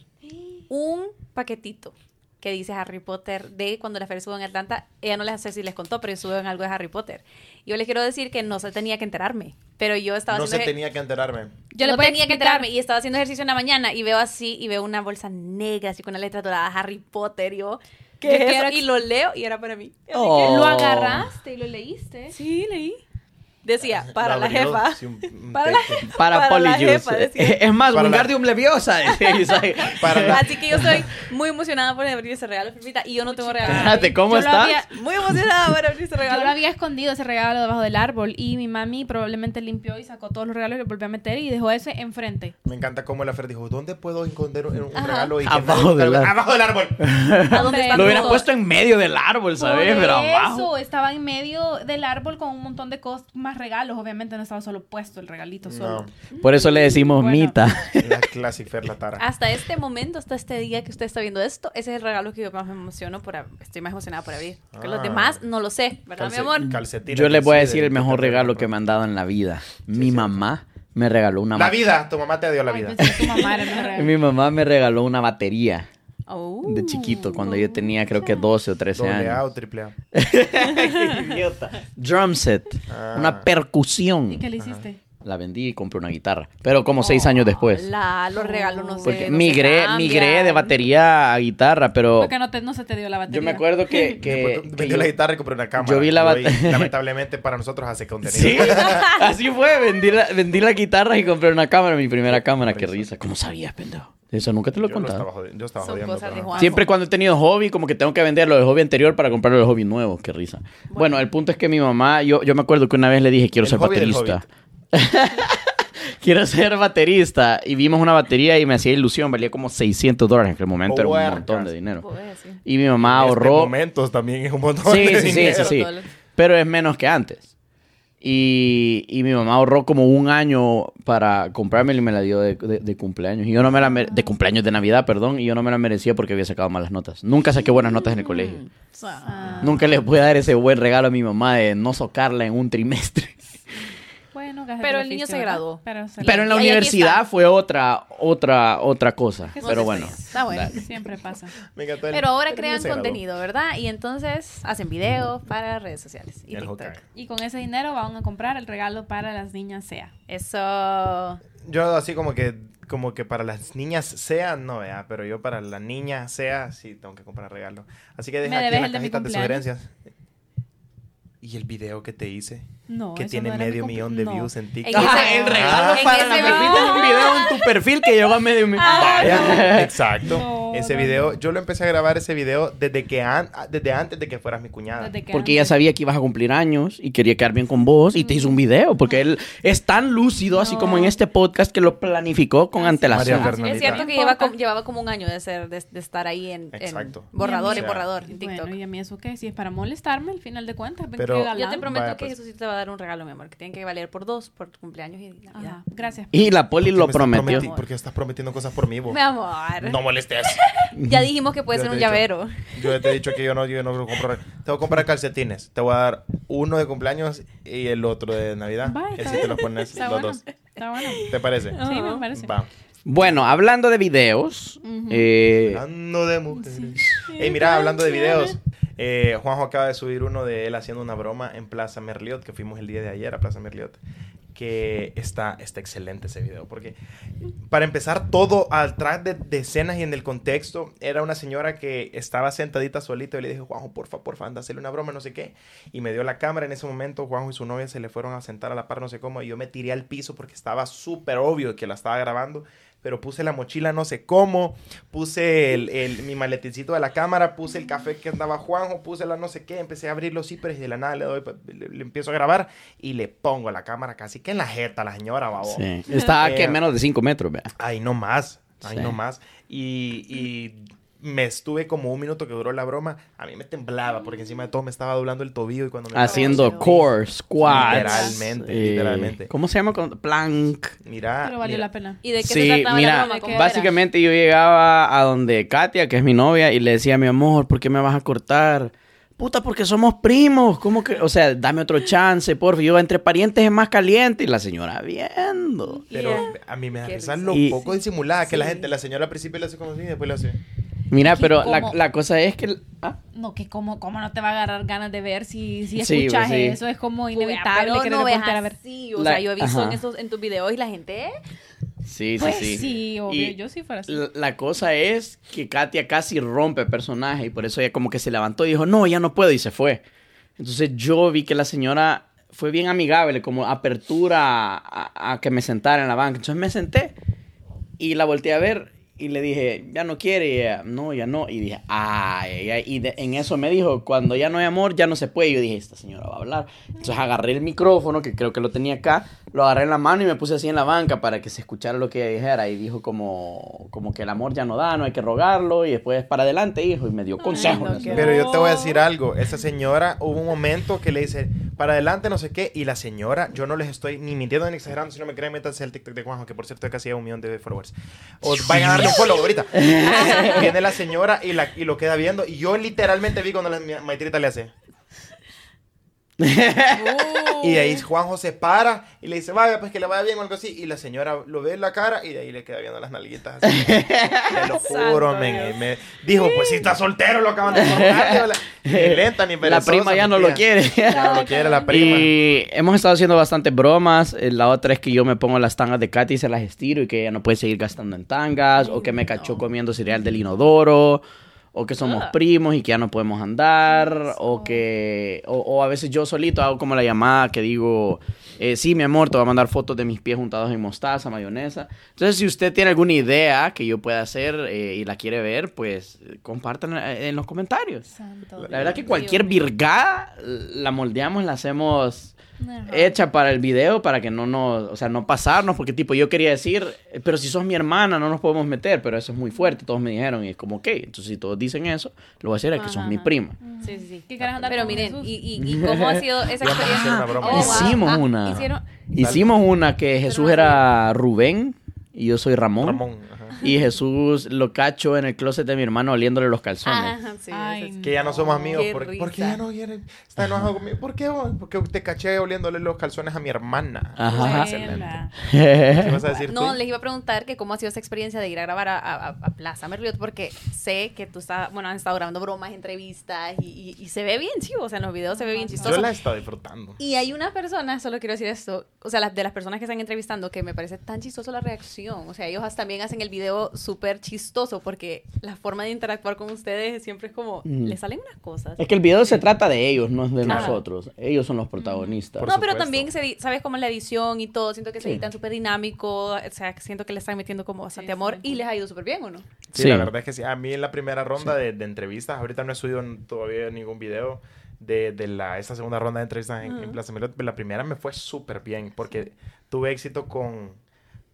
Speaker 3: un paquetito que dice Harry Potter de cuando la Fer estuvo en Atlanta. Ella no les sé si les contó, pero yo estuve en algo de Harry Potter. Yo les quiero decir que no se tenía que enterarme, pero yo estaba
Speaker 1: No se
Speaker 3: haciendo... ejer-
Speaker 1: tenía que enterarme.
Speaker 3: Yo le
Speaker 4: Yo le
Speaker 3: no
Speaker 4: voy a
Speaker 3: tenía que
Speaker 4: explicar.
Speaker 3: enterarme y estaba haciendo ejercicio en la mañana y veo así y veo una bolsa negra así con una letra dorada Harry Potter y yo,
Speaker 4: ¿Qué
Speaker 3: yo
Speaker 4: es
Speaker 3: quiero-
Speaker 4: eso?
Speaker 3: y lo leo y era para mí. Así que
Speaker 2: Oh.
Speaker 4: Lo agarraste y lo leíste.
Speaker 3: Sí, leí. Decía, para la,
Speaker 1: abrió,
Speaker 3: jefa.
Speaker 1: sí, un- un
Speaker 3: Para la
Speaker 1: texto.
Speaker 3: jefa.
Speaker 2: Para,
Speaker 3: Para la
Speaker 2: Poli
Speaker 3: jefa,
Speaker 2: Juice.
Speaker 3: decía.
Speaker 2: Es más,
Speaker 1: Para la-
Speaker 2: Wingardium Leviosa. decía Isaac.
Speaker 1: Para la-
Speaker 3: Así que yo estoy muy emocionada por abrir ese regalo, Fifita, y yo no tengo regalo.
Speaker 2: Espérate, ¿cómo
Speaker 3: Yo lo
Speaker 2: estás?
Speaker 3: había- muy emocionada por abrir ese
Speaker 4: Yo
Speaker 3: regalo.
Speaker 4: lo había escondido ese regalo debajo del árbol y mi mami probablemente limpió y sacó todos los regalos y los volvió a meter y dejó ese enfrente.
Speaker 1: Me encanta cómo la Fer dijo, ¿dónde puedo encontrar un, un
Speaker 3: Ajá.
Speaker 1: regalo? Y que
Speaker 2: Abajo
Speaker 1: nadie-
Speaker 2: del árbol.
Speaker 1: Abajo del árbol.
Speaker 3: ¿A dónde está
Speaker 2: Lo hubiera
Speaker 3: todo?
Speaker 2: puesto en medio del árbol, ¿sabes?
Speaker 4: Por
Speaker 2: Pero abajo.
Speaker 4: Eso, estaba en medio del árbol con un montón de cosas, más regalos. Obviamente no estaba solo puesto el regalito solo.
Speaker 1: No,
Speaker 2: Por eso le decimos
Speaker 4: Bueno.
Speaker 2: Mita.
Speaker 1: la clase Fer la tara.
Speaker 3: Hasta este momento, hasta este día que usted está viendo esto, ese es el regalo que yo más me emociono por ab- estoy más emocionada por abrir. Porque
Speaker 1: Ah.
Speaker 3: Los demás no lo sé, ¿verdad,
Speaker 1: Calce-
Speaker 3: mi amor?
Speaker 1: calcetines
Speaker 2: Yo les voy a
Speaker 1: así de-
Speaker 2: decir el mejor regalo que me han dado en la vida. Mi
Speaker 1: sí.
Speaker 2: mamá me regaló una
Speaker 1: La
Speaker 2: batería.
Speaker 1: vida, tu mamá te dio la
Speaker 4: Ay,
Speaker 1: vida.
Speaker 4: pensé que tu mamá era el regalo.
Speaker 2: Mi mamá me regaló una batería
Speaker 3: Oh.
Speaker 2: de chiquito cuando yo tenía creo que 12 o 13
Speaker 1: Doble A
Speaker 2: años.
Speaker 1: o triple A.
Speaker 2: Drum set,
Speaker 1: Ah.
Speaker 2: una percusión.
Speaker 4: ¿Y qué le hiciste?
Speaker 2: La vendí y compré una guitarra, pero como 6 años después.
Speaker 3: Oh, La, los regalos no sé.
Speaker 2: Porque
Speaker 3: no se
Speaker 2: migré,
Speaker 3: cambian.
Speaker 2: migré de batería a guitarra, pero
Speaker 4: Porque no, te, no se te dio la batería.
Speaker 2: Oh. yo me acuerdo que, que,
Speaker 1: Después
Speaker 2: que
Speaker 1: Vendió la
Speaker 2: yo-
Speaker 1: guitarra y compró una cámara.
Speaker 2: yo vi la
Speaker 1: Y
Speaker 2: bat-
Speaker 1: hoy, lamentablemente para nosotros hace contenido.
Speaker 2: Sí, así fue, vendí la, vendí la guitarra y compré una cámara, mi primera cámara, qué risa. ¿Cómo sabías, pendejo? Eso nunca te lo he
Speaker 1: yo, lo estaba
Speaker 2: contado.
Speaker 1: jodiendo, yo estaba
Speaker 3: Son
Speaker 1: jodiendo, este
Speaker 3: cosas de
Speaker 1: pero-
Speaker 3: Juan.
Speaker 2: Siempre cuando he tenido hobby, como que tengo que vender lo del hobby anterior para comprar lo del hobby nuevo, qué risa. Bueno, el punto es que mi mamá, yo, yo me acuerdo que una vez le dije, quiero
Speaker 1: El
Speaker 2: ser
Speaker 1: hobby del
Speaker 2: baterista. quiero ser baterista. Y vimos una batería y me hacía ilusión, valía como 600 dólares en aquel momento, era un
Speaker 1: Puercas.
Speaker 2: montón de dinero.
Speaker 3: Pues, sí.
Speaker 2: Y mi
Speaker 1: En este estos
Speaker 2: mamá Ah, ahorró...
Speaker 1: momentos también es un montón
Speaker 2: Sí,
Speaker 1: de
Speaker 2: sí, sí, sí,
Speaker 1: dinero.
Speaker 2: sí.
Speaker 3: dólares.
Speaker 2: Pero es menos que antes. Y, y mi mamá ahorró como un año para comprármela y me la dio de, de- de cumpleaños. Y yo no me la mere- de cumpleaños de Navidad, perdón, y yo no me la merecía porque había sacado malas notas. Nunca saqué buenas notas en el colegio.
Speaker 4: Ah,
Speaker 2: Nunca le pude dar ese buen regalo a mi mamá de no socarla en un trimestre.
Speaker 4: Bueno, gajes
Speaker 3: Pero
Speaker 4: del
Speaker 3: el niño
Speaker 4: oficio,
Speaker 3: se
Speaker 4: ¿verdad?
Speaker 3: graduó.
Speaker 4: Pero, se-
Speaker 2: Pero en la
Speaker 3: Y ahí
Speaker 2: universidad
Speaker 3: está.
Speaker 2: fue otra otra otra cosa,
Speaker 4: Jesús
Speaker 2: pero
Speaker 4: es
Speaker 2: bueno.
Speaker 3: Está bueno.
Speaker 4: Siempre pasa.
Speaker 1: Me encantó el-
Speaker 3: Pero ahora
Speaker 1: el niño
Speaker 3: crean
Speaker 1: se graduó.
Speaker 3: contenido, ¿verdad? Y entonces hacen videos para redes sociales y
Speaker 1: El
Speaker 3: TikTok.
Speaker 1: Hokage.
Speaker 4: Y con ese dinero van a comprar el regalo para las niñas SEA.
Speaker 3: Eso.
Speaker 1: Yo así como que como que para las niñas sea, no vea, pero yo para la niña sea, sí tengo que comprar regalo. Así que
Speaker 4: ¿Me
Speaker 1: deja aquí
Speaker 4: debes
Speaker 1: en la
Speaker 4: el de mi
Speaker 1: cajita de,
Speaker 4: cumpleaños?
Speaker 1: sugerencias. Y el video que te hice,
Speaker 4: No,
Speaker 1: que
Speaker 4: eso
Speaker 1: tiene
Speaker 4: no era mi
Speaker 1: medio
Speaker 4: cum-
Speaker 1: millón de
Speaker 4: no.
Speaker 1: views en
Speaker 3: En
Speaker 1: TikTok.
Speaker 3: ese-
Speaker 2: Ah, el regalo
Speaker 3: en
Speaker 2: para la
Speaker 3: ese-
Speaker 2: perfil de un video en tu perfil que llegó a medio.
Speaker 1: Vaya, exacto.
Speaker 4: No. todo.
Speaker 1: Ese video, yo lo empecé a grabar ese video desde que an- desde antes de que fueras mi cuñada.
Speaker 4: desde que
Speaker 2: Porque ella
Speaker 4: antes.
Speaker 2: sabía que ibas a cumplir años y quería quedar bien con vos y te hizo un video. Porque él es tan lúcido, así
Speaker 4: No.
Speaker 2: como en este podcast, que lo planificó con
Speaker 4: Así
Speaker 1: María
Speaker 2: antelación.
Speaker 1: Fernanda. Fernandita.
Speaker 3: Es cierto que
Speaker 4: No
Speaker 3: lleva
Speaker 4: importa.
Speaker 3: como- llevaba como un año de ser de, de estar ahí en, en
Speaker 1: Exacto.
Speaker 3: borrador,
Speaker 4: Y a
Speaker 3: en
Speaker 4: mí-
Speaker 3: borrador, en TikTok.
Speaker 4: Bueno, y a mí eso qué, si es para molestarme, al final de cuentas, ven
Speaker 1: Pero-
Speaker 4: qué
Speaker 3: Yo te
Speaker 4: galán.
Speaker 3: prometo
Speaker 1: Vaya,
Speaker 3: que
Speaker 1: pues.
Speaker 3: Jesús te va a dar un regalo, mi amor, que tienen que valer por dos, por tu cumpleaños y Navidad.
Speaker 4: Ajá, gracias.
Speaker 2: Y la poli
Speaker 1: ¿Por qué
Speaker 2: lo
Speaker 1: me estás
Speaker 2: prometió.
Speaker 1: prometi- ¿Por qué estás prometiendo cosas por mí, vos?
Speaker 3: Mi amor.
Speaker 1: No molestes.
Speaker 3: Ya dijimos que puede
Speaker 1: Yo
Speaker 3: ser un
Speaker 1: te he dicho-
Speaker 3: llavero.
Speaker 1: Yo ya te he dicho que yo no, yo no compro. Te voy a comprar calcetines. Te voy a dar uno de cumpleaños y el otro de Navidad.
Speaker 4: Vaya, está
Speaker 1: Así te
Speaker 4: bien.
Speaker 1: los pones
Speaker 4: Está
Speaker 1: los
Speaker 4: bueno.
Speaker 1: dos.
Speaker 4: Está bueno.
Speaker 1: ¿Te parece?
Speaker 4: Sí, me parece.
Speaker 1: Va.
Speaker 2: Bueno, hablando de videos,
Speaker 4: Ujú.
Speaker 2: eh,
Speaker 1: Hablando de mujeres. Ey, mira, hablando de videos. eh, Juanjo acaba de subir uno de él haciendo una broma en Plaza Merliot, que fuimos el día de ayer a Plaza Merliot. Que está, está excelente ese video. Porque para empezar, todo atrás de, de escenas y en el contexto, era una señora que estaba sentadita solita y le dije, Juanjo, porfa, porfa, anda a hacerle una broma, no sé qué. Y me dio la cámara en ese momento. Juanjo y su novia se le fueron a sentar a la par, no sé cómo. Y yo me tiré al piso porque estaba súper obvio que la estaba grabando. Pero puse la mochila, no sé cómo. Puse el, el- mi maleticito de la cámara. Puse el café que andaba Juanjo. Puse la no sé qué. Empecé a abrir los zíperes y de la nada le, doy, pa- le, le empiezo a grabar. Y le pongo la cámara casi que en la jeta a la señora, babo.
Speaker 2: sí, está a
Speaker 1: Eh,
Speaker 2: que menos de 5 metros, vea.
Speaker 1: Ahí no más, ahí
Speaker 2: Sí.
Speaker 1: no más. Y, y me estuve como un minuto que duró la broma. A mí me temblaba porque encima de todo me estaba doblando el tobillo y cuando me
Speaker 2: Haciendo
Speaker 3: Dios.
Speaker 2: core, squats. eh,
Speaker 1: Literalmente, literalmente.
Speaker 2: ¿Cómo se llama? Con- Plank.
Speaker 1: Mira,
Speaker 4: Pero valió
Speaker 1: mira,
Speaker 4: la pena.
Speaker 3: ¿Y de qué
Speaker 2: Sí,
Speaker 3: se trataba
Speaker 2: mira,
Speaker 3: la broma? ¿Cómo era?
Speaker 2: Básicamente yo llegaba a donde Katia, que es mi novia, y le decía, mi amor, ¿por qué me vas a cortar? Puta, porque somos primos. ¿Cómo que? O sea, dame otro chance, porfa. Yo entre parientes es más caliente. Y la señora viendo.
Speaker 1: Pero
Speaker 3: Yeah.
Speaker 1: a mí me da
Speaker 3: Qué
Speaker 1: risa
Speaker 3: risa.
Speaker 1: lo
Speaker 2: Y-
Speaker 1: poco disimulada que la
Speaker 3: Sí.
Speaker 1: gente, la señora al principio le hace como así y después le hace.
Speaker 2: Mira,
Speaker 4: Que
Speaker 2: pero la,
Speaker 4: como-
Speaker 2: la cosa es que... ah,
Speaker 4: No, que como, como no te va a agarrar ganas de ver si, si
Speaker 2: Sí,
Speaker 4: escuchas
Speaker 2: pues, sí.
Speaker 4: eso, es como
Speaker 3: Fue,
Speaker 4: inevitable
Speaker 3: pero
Speaker 4: que
Speaker 3: no
Speaker 4: no
Speaker 3: veas
Speaker 4: voltear a ver.
Speaker 3: así, o
Speaker 2: La-
Speaker 3: sea, yo he visto en,
Speaker 2: ajá.
Speaker 3: esos, en tus videos y la gente... ¿eh?
Speaker 2: Sí,
Speaker 4: Pues
Speaker 2: sí, sí.
Speaker 4: sí, obvio,
Speaker 2: Y-
Speaker 4: yo sí fuera así.
Speaker 2: La, la cosa es que Katia casi rompe personaje y por eso ella como que se levantó y dijo, no, ya no puedo y se fue. Entonces yo vi que la señora fue bien amigable, como apertura a, a que me sentara en la banca. Entonces me senté y la volteé a ver y le dije, ya no quiere, y ella, no, ya no. Y dije, ay, ay, ay". y de- en eso me dijo, cuando ya no hay amor, ya no se puede. Y yo dije, esta señora va a hablar. Entonces agarré el micrófono, que creo que lo tenía acá, lo agarré en la mano y me puse así en la banca para que se escuchara lo que ella dijera. Y dijo como, como que el amor ya no da, no hay que rogarlo, y después para adelante, hijo, y me dio consejos.
Speaker 4: no,
Speaker 2: la
Speaker 4: qué
Speaker 2: señora.
Speaker 1: Pero yo te voy a decir
Speaker 4: No.
Speaker 1: algo. Esa señora, hubo un momento que le dice, para adelante, no sé qué. Y la señora, yo no les estoy ni mintiendo ni exagerando. Si no me creen, métanse al TikTok de Juanjo, que por cierto casi a un millón de followers. Os vayan a darle un follow ahorita. Viene la señora y, la, y lo queda viendo. Y yo literalmente vi cuando la mi- maitrita le hace. Y de ahí Juanjo se para y le dice, vaya, pues que le vaya bien o algo así. Y la señora lo ve en la cara y de ahí le queda viendo las nalguitas. Así. Te lo juro,
Speaker 3: Santo
Speaker 1: men.
Speaker 3: Dios.
Speaker 1: Me dijo, pues si está soltero, lo acaban de cortar. Ni lenta, ni
Speaker 2: La
Speaker 1: perezosa,
Speaker 2: prima ya
Speaker 1: mi
Speaker 2: no lo
Speaker 1: tía.
Speaker 2: quiere.
Speaker 1: No lo quiere la prima.
Speaker 2: Y hemos estado haciendo bastantes bromas. Eh, La otra es que yo me pongo las tangas de Katy y se las estiro y que ella no puede seguir gastando en tangas. o que me cachó comiendo cereal del inodoro. O que somos
Speaker 1: Ah.
Speaker 2: primos y que ya no podemos andar. O que. O, o a veces yo solito hago como la llamada que digo. eh, sí, mi amor, te voy a mandar fotos de mis pies juntados en mostaza, mayonesa. Entonces, si usted tiene alguna idea que yo pueda hacer eh, y la quiere ver, pues eh, compartan eh, en los comentarios.
Speaker 4: Santo
Speaker 2: La verdad que
Speaker 4: Dios.
Speaker 2: cualquier virgada la moldeamos, la hacemos
Speaker 4: Ajá.
Speaker 2: hecha para el video para que no nos, o sea, no pasarnos, porque tipo yo quería decir, eh, pero si sos mi hermana no nos podemos meter, pero eso es muy fuerte, todos me dijeron y es como, ok, entonces si todos dicen eso, lo voy a decir es que sos
Speaker 3: Ajá,
Speaker 2: mi
Speaker 3: ajá.
Speaker 2: prima.
Speaker 3: Sí, sí, sí.
Speaker 4: ¿Qué querés andar
Speaker 3: Pero
Speaker 4: con
Speaker 3: miren,
Speaker 4: Jesús?
Speaker 3: y, y, y cómo ha sido esa
Speaker 1: Vamos a hacer
Speaker 3: experiencia?
Speaker 1: una broma.
Speaker 3: wow.
Speaker 2: Hicimos
Speaker 3: Ah,
Speaker 2: una.
Speaker 3: hicieron-
Speaker 2: Hicimos una que Jesús
Speaker 3: no
Speaker 2: era Rubén y yo soy Ramón.
Speaker 1: Ramón. ajá.
Speaker 2: Y Jesús lo cacho en el closet de mi hermano oliéndole los calzones.
Speaker 3: Ajá, sí,
Speaker 4: Ay,
Speaker 3: esa-
Speaker 1: Que ya no somos amigos.
Speaker 3: Qué
Speaker 1: ¿Por,
Speaker 3: risa.
Speaker 1: ¿por qué ya no quieren? Está enojado conmigo. ¿Por qué? vos? Porque te caché oliéndole los calzones a mi hermana.
Speaker 2: Ajá.
Speaker 1: Excelente.
Speaker 4: Buena.
Speaker 1: ¿Qué vas a decir
Speaker 3: No,
Speaker 1: tú?
Speaker 3: les iba a preguntar que cómo ha sido esa experiencia de ir a grabar a, a- a Plaza Merliot, porque sé que tú estás, bueno, han estado grabando bromas, entrevistas, y, y- y se ve bien chivo, o sea, en los videos se ve bien
Speaker 1: Yo
Speaker 3: chistoso.
Speaker 1: la he estado disfrutando.
Speaker 3: Y hay unas personas, solo quiero decir esto, o sea, las de las personas que están entrevistando, que me parece tan chistoso la reacción. O sea, ellos hasta también hacen el video súper chistoso porque la forma de interactuar con ustedes siempre es como,
Speaker 2: Mm.
Speaker 3: les salen unas cosas.
Speaker 2: Es que el video se trata de ellos, no es de
Speaker 3: Claro.
Speaker 2: nosotros. Ellos son los protagonistas.
Speaker 1: Por
Speaker 3: no, pero
Speaker 1: supuesto.
Speaker 3: también, se, di- ¿sabes cómo es la edición y todo? Siento que se
Speaker 2: Sí.
Speaker 3: editan súper dinámico, o sea, que siento que le están metiendo como bastante
Speaker 4: Sí,
Speaker 3: amor
Speaker 4: sí.
Speaker 3: y les ha ido súper bien, ¿o no?
Speaker 1: Sí,
Speaker 2: Sí.
Speaker 1: la verdad es que sí. A mí en la primera ronda de, de entrevistas, ahorita no he subido n- todavía ningún video de, de la, esta segunda ronda de entrevistas en, en Plaza Melot, pero la primera me fue súper bien porque tuve éxito con,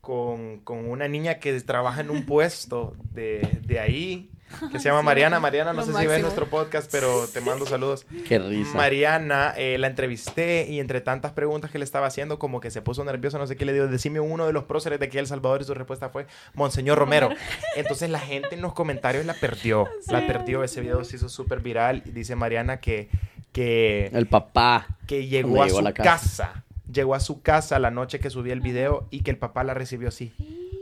Speaker 1: con, con una niña que trabaja en un puesto de, de ahí, que se llama Mariana. Mariana, no
Speaker 3: Lo
Speaker 1: sé si ves
Speaker 3: máximo.
Speaker 1: nuestro podcast, pero te mando saludos.
Speaker 2: Qué risa.
Speaker 1: Mariana, eh, la entrevisté y entre tantas preguntas que le estaba haciendo, como que se puso nerviosa, no sé qué le digo, decime uno de los próceres de aquí de El Salvador y su respuesta fue Monseñor Romero. Entonces la gente en los comentarios la perdió, la perdió, ese video se hizo súper viral. Y Dice Mariana que, que,
Speaker 2: El papá.
Speaker 1: que llegó
Speaker 2: Cuando
Speaker 1: a
Speaker 2: llegó a
Speaker 1: su
Speaker 2: la
Speaker 1: casa.
Speaker 2: casa.
Speaker 1: llegó a su casa la noche que subí el video y que el papá la recibió así.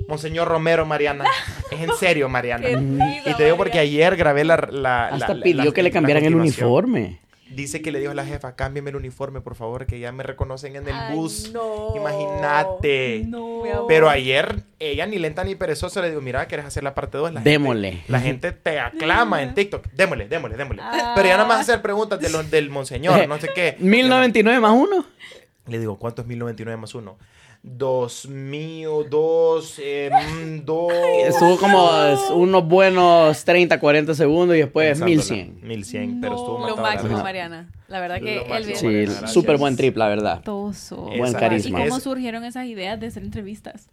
Speaker 1: Monseñor Romero, Mariana. Es en serio, Mariana.
Speaker 3: Qué
Speaker 1: Y
Speaker 3: risa,
Speaker 1: te digo porque
Speaker 3: María.
Speaker 1: ayer grabé la... la- la-
Speaker 2: Hasta
Speaker 1: la-
Speaker 2: pidió
Speaker 1: la-
Speaker 2: que le
Speaker 1: la
Speaker 2: cambiaran el
Speaker 1: continuación.
Speaker 2: uniforme.
Speaker 1: Dice que le dijo a la jefa, cámbiame el uniforme, por favor, que ya me reconocen en el
Speaker 3: Ay,
Speaker 1: bus.
Speaker 3: no.
Speaker 1: Imagínate.
Speaker 4: No.
Speaker 3: Mi amor.
Speaker 1: Pero ayer, ella ni lenta ni perezosa le dijo, mira, ¿quieres hacer la parte 2? La gente-
Speaker 2: Démosle.
Speaker 1: la gente te aclama en TikTok. Démosle, démosle, démosle.
Speaker 3: Ah.
Speaker 1: Pero ya nada más hacer preguntas de lo- del monseñor, no sé qué.
Speaker 2: 1099 más uno.
Speaker 1: Le digo, ¿cuánto es 1099 más uno? Dos mío, dos, eh, mm, dos...
Speaker 2: Estuvo como pues, es, unos buenos 30, 40 segundos y después
Speaker 1: Pensándola.
Speaker 2: 1100.
Speaker 1: 1100, pero
Speaker 3: Lo
Speaker 1: estuvo matado la
Speaker 3: máximo,
Speaker 1: risa.
Speaker 3: Mariana. La verdad que
Speaker 1: Lo
Speaker 3: el
Speaker 1: máximo,
Speaker 3: video-
Speaker 1: Mariana.
Speaker 2: Sí,
Speaker 1: gracias.
Speaker 2: súper buen trip, la verdad.
Speaker 4: Toso.
Speaker 1: Buen
Speaker 4: Wow.
Speaker 2: carisma.
Speaker 4: ¿Y cómo
Speaker 1: Es-
Speaker 4: surgieron esas ideas de hacer entrevistas?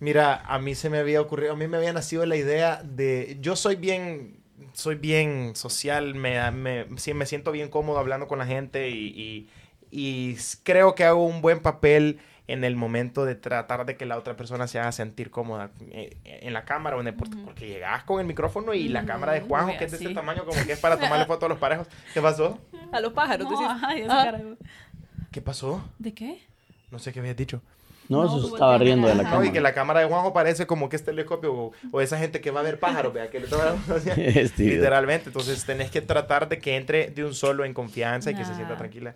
Speaker 1: Mira, a mí se me había ocurrido, a mí me había nacido la idea de, yo soy bien, soy bien social, me, me, sí, me siento bien cómodo hablando con la gente y, y- y s- creo que hago un buen papel en el momento de tratar de que la otra persona se haga sentir cómoda eh, en la cámara o en el por- porque llegas con el micrófono y la cámara de
Speaker 3: Ujú,
Speaker 1: Juanjo,
Speaker 3: muy
Speaker 1: que es de este
Speaker 3: así.
Speaker 1: tamaño, como que es para tomarle fotos a los parejos. ¿Qué pasó?
Speaker 3: A los pájaros. tú
Speaker 4: No,
Speaker 3: dices,
Speaker 4: ajá, esa
Speaker 3: ah,
Speaker 4: cara de-
Speaker 1: ¿Qué pasó?
Speaker 4: ¿De qué?
Speaker 1: No sé qué habías dicho.
Speaker 2: No,
Speaker 4: No,
Speaker 2: eso
Speaker 4: tú
Speaker 2: estaba
Speaker 4: voltea
Speaker 2: riendo de la
Speaker 4: para
Speaker 1: No, y que
Speaker 2: cámara.
Speaker 1: la cámara de Juanjo parece como que es telescopio o, o esa gente que va a ver pájaros, vea, que le toma- o sea,
Speaker 2: Este video.
Speaker 1: Literalmente, entonces tenés que tratar de que entre de un solo en confianza y que se
Speaker 4: Nah.
Speaker 1: sienta tranquila.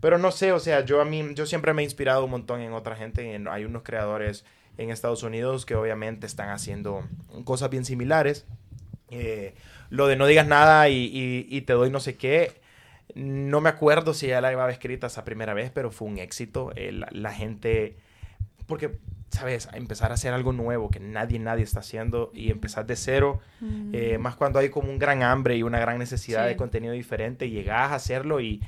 Speaker 1: Pero no sé, o sea, yo a mí, yo siempre me he inspirado un montón en otra gente. en- hay unos creadores en Estados Unidos que obviamente están haciendo cosas bien similares. Eh, lo de no digas nada y, y- y te doy no sé qué. No me acuerdo si ya la llevaba escrita esa primera vez, pero fue un éxito. Eh, la, la gente, porque, ¿sabes? Empezar a hacer algo nuevo que nadie, nadie está haciendo y empezar de cero eh, más cuando hay como un gran hambre y una gran necesidad
Speaker 4: Sí.
Speaker 1: de contenido diferente, llegás a hacerlo y,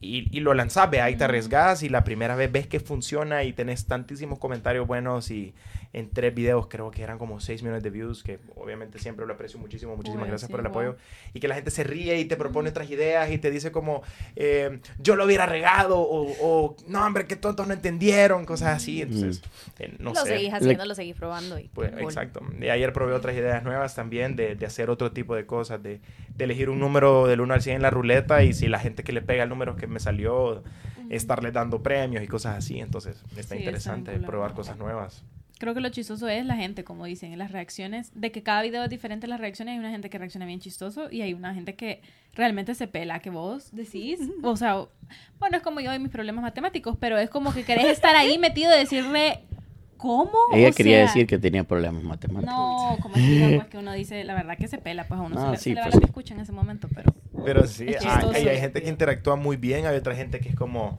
Speaker 1: y, y lo lanzás, ve, ahí te arriesgás y la primera vez ves que funciona y tenés tantísimos comentarios buenos y en tres videos creo que eran como 6 millones de views, que obviamente siempre lo aprecio muchísimo, muchísimas
Speaker 4: Bueno,
Speaker 1: gracias
Speaker 4: sí,
Speaker 1: por el
Speaker 4: wow.
Speaker 1: apoyo y que la gente se ríe y te propone otras ideas y te dice como eh, yo lo hubiera regado o, o, no hombre, qué tontos no entendieron, cosas así, entonces eh, no
Speaker 3: lo
Speaker 1: sé.
Speaker 3: seguís haciendo, lo seguís probando. Y
Speaker 1: Pues,
Speaker 3: cool.
Speaker 1: exacto. Y ayer probé otras ideas nuevas también de, de hacer otro tipo de cosas, de, de elegir un número del 1 al 100 en la ruleta y si la gente que le pega el número que me salió, estarles dando premios y cosas así. Entonces, está
Speaker 4: Sí,
Speaker 1: interesante
Speaker 4: está bien cool.
Speaker 1: probar cosas nuevas.
Speaker 4: Creo que lo chistoso es la gente, como dicen, y las reacciones, de que cada video es diferente las reacciones, hay una gente que reacciona bien chistoso y hay una gente que realmente se pela, que vos decís, o sea, o- bueno, es como yo y mis problemas matemáticos, pero es como que querés estar ahí metido y decirle, ¿cómo?
Speaker 2: Ella
Speaker 4: O
Speaker 2: quería
Speaker 4: sea,
Speaker 2: decir que tenía problemas matemáticos.
Speaker 4: No, como es que, pues, que uno dice, la verdad que se pela, pues a uno
Speaker 2: Ah,
Speaker 4: se, le-
Speaker 2: sí,
Speaker 4: se le va
Speaker 2: pues.
Speaker 4: la escucha en ese momento, pero...
Speaker 1: Pero sí,
Speaker 4: Es
Speaker 1: hay,
Speaker 4: chistoso.
Speaker 1: hay- hay gente que interactúa muy bien, hay otra gente que es como,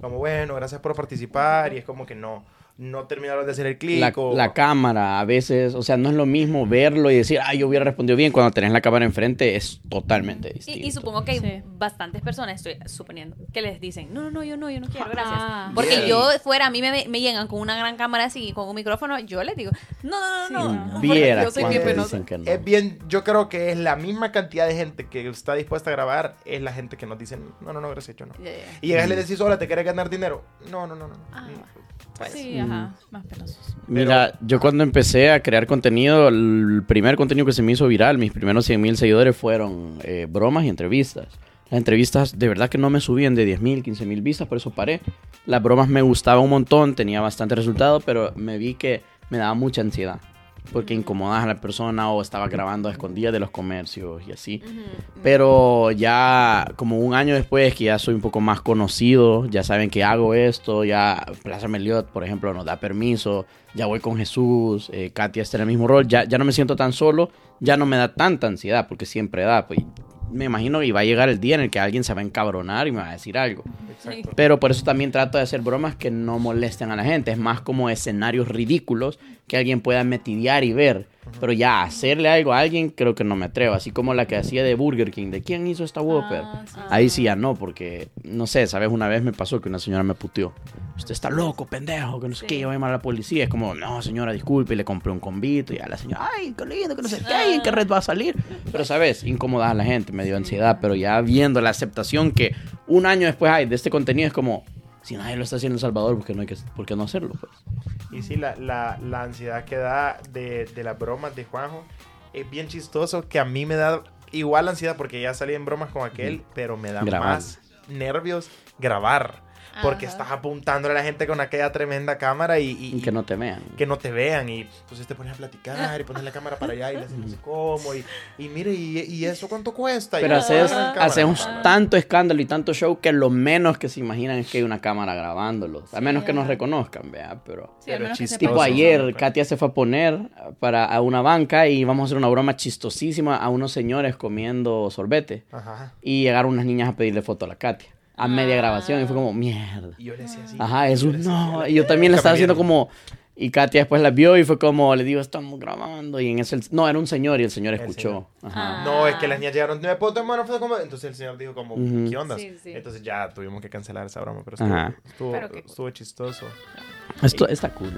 Speaker 1: como bueno, gracias por participar y es como que no, no terminaron de hacer el clic.
Speaker 2: La,
Speaker 1: o-
Speaker 2: la cámara, a veces, o sea, no es lo mismo verlo y decir, ah, yo hubiera respondido bien. Cuando tenés la cámara enfrente es totalmente distinto.
Speaker 3: Y, y supongo que hay
Speaker 4: Sí.
Speaker 3: bastantes personas, estoy suponiendo, que les dicen, no, no, no, yo no, yo no quiero, gracias.
Speaker 4: Ah.
Speaker 3: Porque
Speaker 1: Yeah.
Speaker 3: yo fuera, a mí me, me llegan con una gran cámara así, y con un micrófono, yo les digo, no, no,
Speaker 4: Sí,
Speaker 3: no, no,
Speaker 4: no.
Speaker 3: no, porque
Speaker 2: Viera
Speaker 3: yo soy bien
Speaker 2: cuántos
Speaker 3: penosa.
Speaker 2: dicen que no.
Speaker 1: Es bien, yo creo que es la misma cantidad de gente que está dispuesta a grabar, es la gente que nos dicen, no, no, no, gracias, yo no.
Speaker 3: Ya, ya, ya.
Speaker 1: Y llegas y le decís, hola, ¿te quieres ganar dinero? No, no, no, no.
Speaker 3: Ah, va.
Speaker 1: Pues,
Speaker 4: sí, ajá, más penosos.
Speaker 2: Mira, yo cuando empecé a crear contenido, el primer contenido que se me hizo viral, mis primeros 100 mil seguidores fueron eh, bromas y entrevistas. Las entrevistas de verdad que no me subían de 10 mil, 15 mil vistas, por eso paré. Las bromas me gustaban un montón, tenía bastante resultado, pero me vi que me daba mucha ansiedad. Porque incomodabas a la persona o estaba grabando a escondidas de los comercios y así. Pero ya como un año después que ya soy un poco más conocido, ya saben que hago esto, ya Plaza Meliot, por ejemplo, nos da permiso, ya voy con Jesús, eh, Katia está en el mismo rol, ya, ya no me siento tan solo, ya no me da tanta ansiedad, porque siempre da, pues me imagino que va a llegar el día en el que alguien se va a encabronar y me va a decir algo.
Speaker 1: exacto.
Speaker 2: Pero por eso también trato de hacer bromas que no molesten a la gente. Es más como escenarios ridículos que alguien pueda metidiar y ver. Pero ya hacerle algo a alguien creo que no me atrevo. Así como la que hacía de Burger King. ¿De quién hizo esta Whopper?
Speaker 4: Ah, sí.
Speaker 2: Ahí sí ya no, porque no sé, ¿sabes? Una vez me pasó que una señora me puteó. Usted está loco, pendejo, que no sé qué, yo voy a llamar a la policía. Es como, no, señora, disculpe, y le compré un convito. Y a la señora, ay, qué lindo, que no sé qué, ¿y en qué red va a salir. Pero, ¿sabes? Incomodaba a la gente, me dio ansiedad. Pero ya viendo la aceptación que un año después hay de este contenido, es como, si nadie lo está haciendo en El Salvador, ¿por qué no, hay que, por qué no hacerlo? Pues?
Speaker 1: Y sí, la, la, la ansiedad que da de, de las bromas de Juanjo es bien chistoso que a mí me da igual ansiedad porque ya salí en bromas con aquel, pero me da
Speaker 2: Grabar.
Speaker 1: más nervios grabar. Porque
Speaker 3: Ajá.
Speaker 1: estás apuntando a la gente con aquella tremenda cámara y, y-
Speaker 2: Y que no te vean.
Speaker 1: que no te vean y entonces te pones a platicar y pones la cámara para allá y le haces no sé cómo y, y mire y, y eso cuánto cuesta Y
Speaker 2: Pero
Speaker 1: no
Speaker 2: haces,
Speaker 1: ponen cámara.
Speaker 2: hacemos tanto escándalo y tanto show que lo menos que se imaginan es que hay una cámara grabándolo. A menos que nos reconozcan, vea, pero...
Speaker 4: Sí, al
Speaker 1: Pero
Speaker 4: menos que
Speaker 1: chistoso.
Speaker 4: sepa-
Speaker 2: Tipo
Speaker 1: Todos
Speaker 2: ayer,
Speaker 1: somos-
Speaker 2: Katia se fue a poner para a una banca y vamos a hacer una broma chistosísima a unos señores comiendo sorbete.
Speaker 1: Ajá.
Speaker 2: Y llegaron unas niñas a pedirle foto a la Katia. A media grabación y fue como, mierda.
Speaker 1: Y yo le decía así.
Speaker 2: Ajá, es
Speaker 1: le
Speaker 2: un
Speaker 1: decía,
Speaker 2: no.
Speaker 1: "Mierda".
Speaker 2: Y yo también le estaba haciendo
Speaker 1: Cambiaron.
Speaker 2: como... Y Katia después la vio y fue como, le digo, estamos grabando. Y en ese... No, era un señor y el señor
Speaker 1: El
Speaker 2: escuchó. Ajá.
Speaker 1: No,
Speaker 3: Ah.
Speaker 1: es que las niñas llegaron, me puedo tomar una foto como... Entonces el señor dijo como,
Speaker 2: Ujú.
Speaker 1: ¿qué onda?
Speaker 3: Sí, sí.
Speaker 1: Entonces ya tuvimos que cancelar esa broma, pero
Speaker 2: Ajá.
Speaker 1: estuvo, estuvo,
Speaker 3: Pero qué
Speaker 1: estuvo chistoso.
Speaker 2: Esto está cool.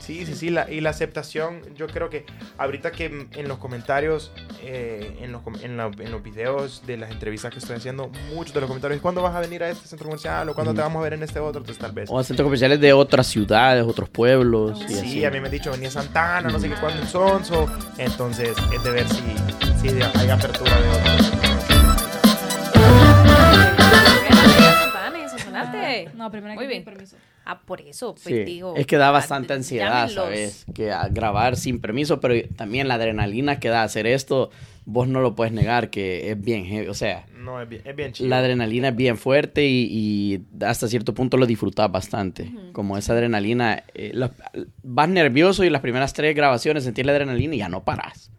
Speaker 1: Sí, sí, sí, la- y la aceptación, yo creo que ahorita que m- en los comentarios, eh, en, los, com- en, la- en los videos de las entrevistas que estoy haciendo, muchos de los comentarios, ¿cuándo vas a venir a este centro comercial? ¿O cuándo te vamos a ver en este otro? Entonces tal vez...
Speaker 2: O a centros comerciales de otras ciudades, otros pueblos. y
Speaker 1: Sí,
Speaker 2: así.
Speaker 1: a mí me han dicho venía Santana, no sé qué cuándo en Sonso. Entonces es de ver si, si de- hay apertura de otro.
Speaker 3: Campana, eso sonaste.
Speaker 4: No, primero hay
Speaker 3: Muy
Speaker 4: que
Speaker 3: bien.
Speaker 4: pedir permiso.
Speaker 3: Ah, por eso, pues
Speaker 2: Sí,
Speaker 3: digo.
Speaker 2: es que da bastante
Speaker 3: ah,
Speaker 2: ansiedad,
Speaker 3: llámenlos.
Speaker 2: ¿sabes? Que a grabar sin permiso, pero también la adrenalina que da hacer esto, vos no lo puedes negar que es bien heavy. O sea,
Speaker 1: No, es bien, es bien chido.
Speaker 2: la adrenalina es bien fuerte y, y hasta cierto punto lo disfrutás bastante. Como esa adrenalina, eh, la- vas nervioso y las primeras tres grabaciones sentís la adrenalina y ya no parás.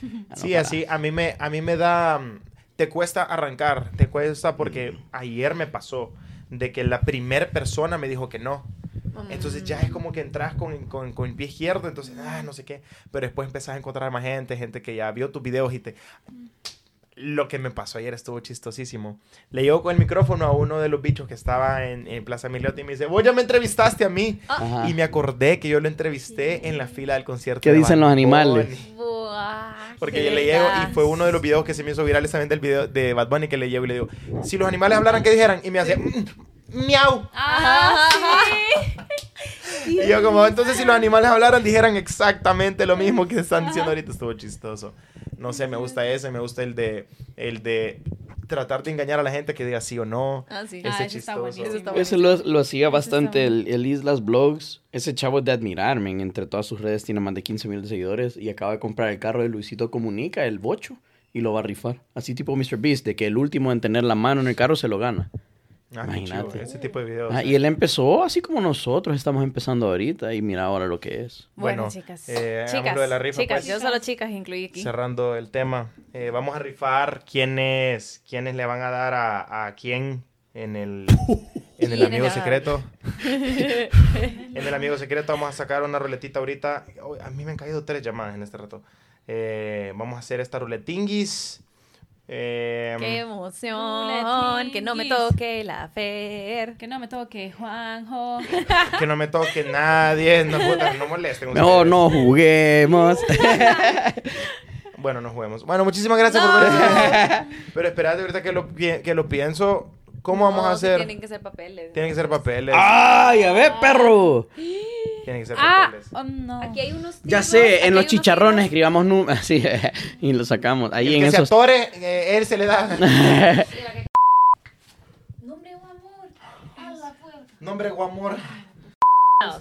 Speaker 2: Ya no
Speaker 1: Sí,
Speaker 2: parás.
Speaker 1: así, a mí me, a mí me da... mm, Te cuesta arrancar, te cuesta
Speaker 2: Mm.
Speaker 1: porque ayer me pasó de que la primera persona me dijo que no. Entonces ya
Speaker 2: Mm.
Speaker 1: es como que entras con, con, con el pie izquierdo, entonces, ah, no sé qué. Pero después empezás a encontrar más gente, gente que ya vio tus videos y te... Lo que me pasó ayer estuvo chistosísimo. Le llevo con el micrófono a uno de los bichos que estaba en, en Plaza Emiliotti y me dice, vos ya me entrevistaste a mí.
Speaker 3: Ah.
Speaker 2: Ajá.
Speaker 1: Y me acordé que yo lo entrevisté en la fila del concierto.
Speaker 2: Ah. ¿Qué
Speaker 1: de
Speaker 2: dicen los
Speaker 1: Bad
Speaker 2: animales?
Speaker 1: Bunny.
Speaker 3: Buah,
Speaker 1: Porque
Speaker 3: qué
Speaker 1: yo le llego
Speaker 3: verdad.
Speaker 1: y fue uno de los videos que se me hizo viral esa vez del video de Bad Bunny que le llevo y le digo, si los animales hablaran, ¿qué dijeran? Y me hace, "Mm, miau.
Speaker 3: Ajá,
Speaker 1: Y yo como, entonces si los animales hablaran, dijeran exactamente lo mismo que están diciendo ahorita. Estuvo chistoso. No sé, me gusta ese, me gusta el de, el de tratar de engañar a la gente que diga sí o no.
Speaker 3: Ah, sí.
Speaker 1: Ese
Speaker 4: Ah,
Speaker 1: es
Speaker 4: ese está
Speaker 1: chistoso.
Speaker 4: buenísimo.
Speaker 3: Ese está bueno.
Speaker 2: Ese lo, lo hacía
Speaker 4: Ese
Speaker 2: bastante
Speaker 4: está
Speaker 2: el, el Islas Blogs. Ese chavo es de admirar, men. Entre todas sus redes tiene más de 15 mil seguidores y acaba de comprar el carro de Luisito Comunica, el bocho, y lo va a rifar. Así tipo Mr. Beast, de que el último en tener la mano en el carro se lo gana.
Speaker 1: Ah, qué chivo,
Speaker 2: Imagínate.
Speaker 1: ese tipo de videos.
Speaker 2: Ah, y él empezó así como nosotros estamos empezando ahorita y mira ahora lo que es.
Speaker 3: Bueno,
Speaker 1: Bueno,
Speaker 3: chicas.
Speaker 1: eh, hagamos
Speaker 3: chicas,
Speaker 1: lo de la rifa,
Speaker 3: chicas,
Speaker 1: pues.
Speaker 3: yo solo chicas incluí aquí.
Speaker 1: Cerrando el tema, eh, vamos a rifar quiénes, quiénes le van a dar a, a quién en el, en el
Speaker 3: ¿Quién
Speaker 1: amigo
Speaker 3: le va a dar?
Speaker 1: secreto. en el amigo secreto vamos a sacar una ruletita ahorita. Uy, A mí me han caído tres llamadas en este rato. Eh, vamos a hacer esta ruletinguis. Eh,
Speaker 3: Qué emoción,
Speaker 4: Ruletinguis.
Speaker 3: que no me toque la fer.
Speaker 4: Que no me toque, Juanjo.
Speaker 1: que no me toque nadie. No, puta, no molesten. ustedes.
Speaker 2: Mejor no juguemos.
Speaker 1: Bueno, no juguemos. Bueno, muchísimas gracias por ver este video. Pero esperad ahorita que lo, pi- que lo pienso. ¿Cómo vamos a
Speaker 3: No, sí
Speaker 1: hacer?
Speaker 3: Tienen que ser papeles.
Speaker 1: Tienen que ser papeles.
Speaker 2: ¡Ay, a ver, perro!
Speaker 1: Tienen que ser
Speaker 4: Ah,
Speaker 1: papeles.
Speaker 4: oh, no.
Speaker 3: Aquí hay unos.
Speaker 2: Ya
Speaker 3: tiros,
Speaker 2: sé,
Speaker 3: aquí hay
Speaker 2: en los
Speaker 3: unos
Speaker 2: chicharrones
Speaker 3: tiros.
Speaker 2: escribamos num- así y lo sacamos. Ahí
Speaker 1: El
Speaker 2: en
Speaker 1: que se
Speaker 2: esos
Speaker 1: atore, eh, él se le da. Nombre o amor.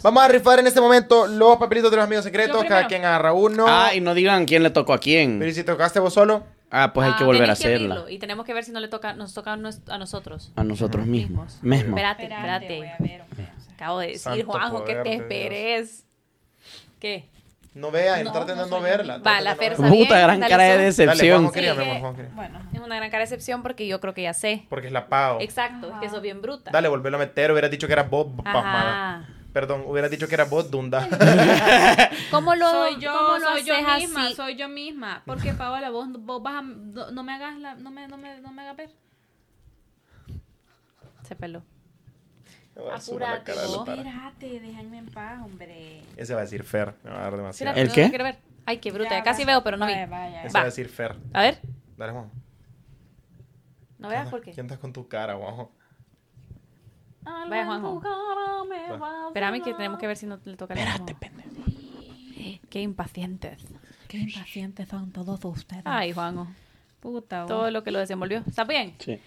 Speaker 1: Vamos a rifar en este momento los papelitos de los amigos secretos.
Speaker 4: Yo
Speaker 1: Cada
Speaker 4: primero.
Speaker 1: quien agarra uno.
Speaker 2: Ah, y no digan quién le tocó a
Speaker 1: Pero ¿y
Speaker 2: quién.
Speaker 1: si tocaste vos solo,
Speaker 2: Ah, pues hay
Speaker 3: Ah,
Speaker 2: que volver a
Speaker 3: tenés
Speaker 2: hacerla.
Speaker 3: abrirlo, Y tenemos que ver si no le toca, nos toca a nos- a nosotros.
Speaker 2: A nosotros mismos.
Speaker 3: Mismos.
Speaker 2: Mismos.
Speaker 3: Espérate,
Speaker 4: Espérate, voy a
Speaker 3: espérate.
Speaker 4: ver, hombre, o sea.
Speaker 3: Acabo de decir,
Speaker 1: Santo
Speaker 3: Juanjo, que
Speaker 1: poder
Speaker 3: te
Speaker 1: de Dios.
Speaker 3: esperes. ¿Qué?
Speaker 1: no vea, no,
Speaker 4: No,
Speaker 1: traten de
Speaker 4: no
Speaker 1: no
Speaker 4: soy
Speaker 1: verla.
Speaker 4: yo.
Speaker 1: traten
Speaker 3: Va, la
Speaker 1: de no
Speaker 3: Fer
Speaker 1: verla.
Speaker 3: sabe.
Speaker 2: Puta, gran
Speaker 3: Dale
Speaker 2: cara de
Speaker 3: zoom.
Speaker 1: Dale,
Speaker 2: decepción.
Speaker 1: Juanjo, quería,
Speaker 4: Sí,
Speaker 1: mi amor,
Speaker 4: que-
Speaker 1: Juanjo, quería.
Speaker 4: Bueno.
Speaker 3: Es una gran cara de excepción porque yo creo que ya sé.
Speaker 1: Porque es la pavo.
Speaker 3: Exacto, es
Speaker 4: Ajá.
Speaker 3: que sos bien bruta.
Speaker 1: pues, Dale, volverlo a meter. Hubieras dicho que eras vos, pasmada.
Speaker 3: Ajá.
Speaker 1: Perdón, hubieras dicho que era vos, Dunda.
Speaker 3: ¿Cómo lo,
Speaker 4: soy yo,
Speaker 3: cómo lo
Speaker 4: soy yo
Speaker 3: haces
Speaker 4: misma,
Speaker 3: así?
Speaker 4: soy yo misma. Porque Paola, vos, vos vas a, no, no me hagas la, no me, no me, no me hagas ver.
Speaker 3: Se peló.
Speaker 1: Suma la cara de la tara.
Speaker 4: Espérate, déjame en paz, hombre.
Speaker 1: Ese va a decir Fer. Me va a dar demasiado.
Speaker 3: Espérate,
Speaker 2: ¿El
Speaker 3: no,
Speaker 2: qué?
Speaker 3: no quiero ver. Ay, qué bruta.
Speaker 4: Ya,
Speaker 3: Casi
Speaker 4: va.
Speaker 3: veo, pero no vi.
Speaker 4: Vaya, vaya.
Speaker 1: Ese
Speaker 3: Va.
Speaker 1: va a decir Fer.
Speaker 3: A ver,
Speaker 1: Dale, Juan.
Speaker 3: no veas por qué.
Speaker 1: ¿Quién estás con tu cara, Juanjo?
Speaker 3: Vaya, Juanjo. Espérame que tenemos que ver si no le toca el
Speaker 2: Espérate,
Speaker 3: mismo.
Speaker 2: pendejo.
Speaker 3: Eh, Qué impacientes.
Speaker 4: Qué impacientes son todos ustedes.
Speaker 3: Ay, Juanjo.
Speaker 4: puta. vos.
Speaker 1: ¿Eh?
Speaker 3: Todo lo que lo desenvolvió. ¿Está bien?
Speaker 2: Sí.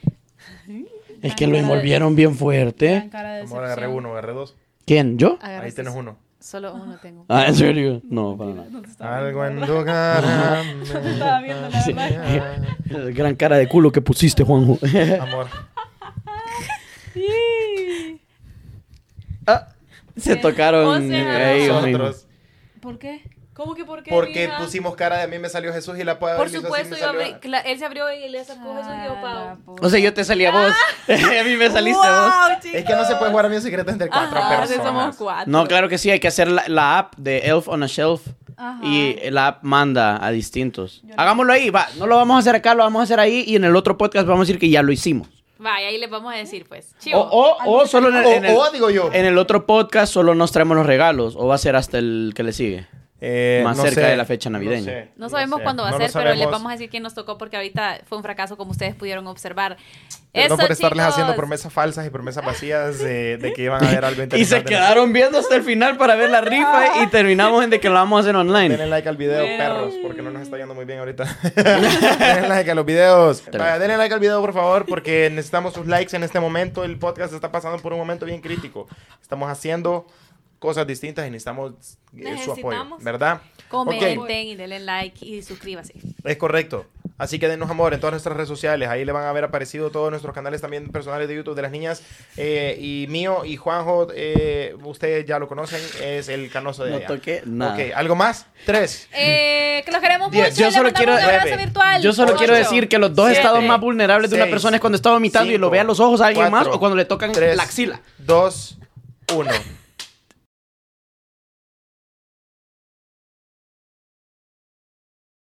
Speaker 2: Es que lo envolvieron bien
Speaker 4: Gran
Speaker 2: fuerte.
Speaker 4: cara de
Speaker 1: Vamos a agarrar
Speaker 4: decepción.
Speaker 1: uno, agarré dos.
Speaker 2: ¿Quién? ¿Yo?
Speaker 3: Ah.
Speaker 1: Ahí
Speaker 3: este
Speaker 1: tienes uno.
Speaker 3: Solo uno tengo.
Speaker 2: Ah, ¿en serio? No, para nada.
Speaker 1: Algo en tu cara.
Speaker 4: Te estaba viendo, la verdad.
Speaker 2: Gran cara de culo que pusiste, Juanjo.
Speaker 1: Amor.
Speaker 2: Ah, se tocaron.
Speaker 3: O sea,
Speaker 2: ellos mismos.
Speaker 1: Nosotros.
Speaker 4: ¿Por qué?
Speaker 3: ¿Cómo que por qué?
Speaker 1: Porque
Speaker 3: mija?
Speaker 1: pusimos cara de a mí me salió Jesús y la puedo
Speaker 3: Por
Speaker 1: hizo así,
Speaker 3: supuesto,
Speaker 1: me
Speaker 3: yo
Speaker 1: salió-
Speaker 3: abrí- cla- él se abrió y le sacó Jesús y yo,
Speaker 4: Ah, la
Speaker 3: Pau.
Speaker 4: puta.
Speaker 2: O sea, yo te salí a vos.
Speaker 3: Ah.
Speaker 2: a mí me saliste a vos.
Speaker 1: Es que no se puede jugar a mí secreto entre cuatro
Speaker 3: Ajá, sí,
Speaker 1: personas.
Speaker 3: somos cuatro.
Speaker 2: No, claro que sí, hay que hacer la, la app de Elf on a Shelf.
Speaker 4: Ajá.
Speaker 2: Y la app manda a distintos. Hagámoslo ahí, va. No lo vamos a hacer acá, lo vamos a hacer ahí. Y en el otro podcast vamos a decir que ya lo hicimos.
Speaker 3: Vaya, ahí les vamos a decir, pues. Chivo.
Speaker 2: O, o, o solo en el,
Speaker 1: O-
Speaker 2: en el-
Speaker 1: o, digo yo.
Speaker 2: en el otro podcast solo nos traemos los regalos. O va a ser hasta el que le sigue.
Speaker 1: Eh,
Speaker 2: Más cerca de la fecha navideña.
Speaker 3: No sabemos
Speaker 1: sé.
Speaker 3: cuándo va a
Speaker 1: No lo
Speaker 3: ser, pero les
Speaker 1: sabemos.
Speaker 3: vamos a decir quién nos tocó porque ahorita fue un fracaso, como ustedes pudieron observar.
Speaker 1: Perdón
Speaker 3: Eso,
Speaker 1: por estarles
Speaker 3: chicos.
Speaker 1: haciendo promesas falsas y promesas vacías de, de que iban a haber algo
Speaker 2: Y se
Speaker 1: interesante.
Speaker 2: quedaron viendo hasta el final para ver la rifa. Y terminamos en de que lo vamos a hacer
Speaker 1: Denle
Speaker 2: online.
Speaker 1: like al video, perros, porque no nos está yendo muy bien ahorita. denle like a los videos. Vaya, denle like al video, por favor, porque necesitamos sus likes en este momento. El podcast está pasando por un momento bien crítico. Estamos haciendo cosas distintas y necesitamos eh, su apoyo,
Speaker 5: Necesitamos.
Speaker 1: ¿verdad?
Speaker 3: Comenten
Speaker 1: Ok.
Speaker 3: y denle like y suscríbase.
Speaker 1: Es correcto. Así que denos amor en todas nuestras redes sociales. Ahí le van a haber aparecido todos nuestros canales también personales de YouTube de las niñas. Eh, y mío y Juanjo, eh, ustedes ya lo conocen, es el canoso de
Speaker 2: No
Speaker 1: ella.
Speaker 2: toqué nada.
Speaker 1: Ok, ¿algo más? Tres.
Speaker 3: Eh, que los queremos
Speaker 1: Diez.
Speaker 3: mucho.
Speaker 2: Yo
Speaker 3: y les
Speaker 2: solo
Speaker 3: mandamos
Speaker 2: quiero-
Speaker 3: un abrazo
Speaker 1: nueve.
Speaker 3: virtual.
Speaker 2: Yo solo
Speaker 3: Ocho.
Speaker 2: quiero decir que los dos
Speaker 1: Siete,
Speaker 2: estados más vulnerables de una
Speaker 1: seis,
Speaker 2: persona es cuando está vomitando y lo
Speaker 1: cinco,
Speaker 2: vea a los ojos a alguien más
Speaker 1: cuatro,
Speaker 2: o cuando le tocan
Speaker 1: tres,
Speaker 2: la axila.
Speaker 1: Dos, uno.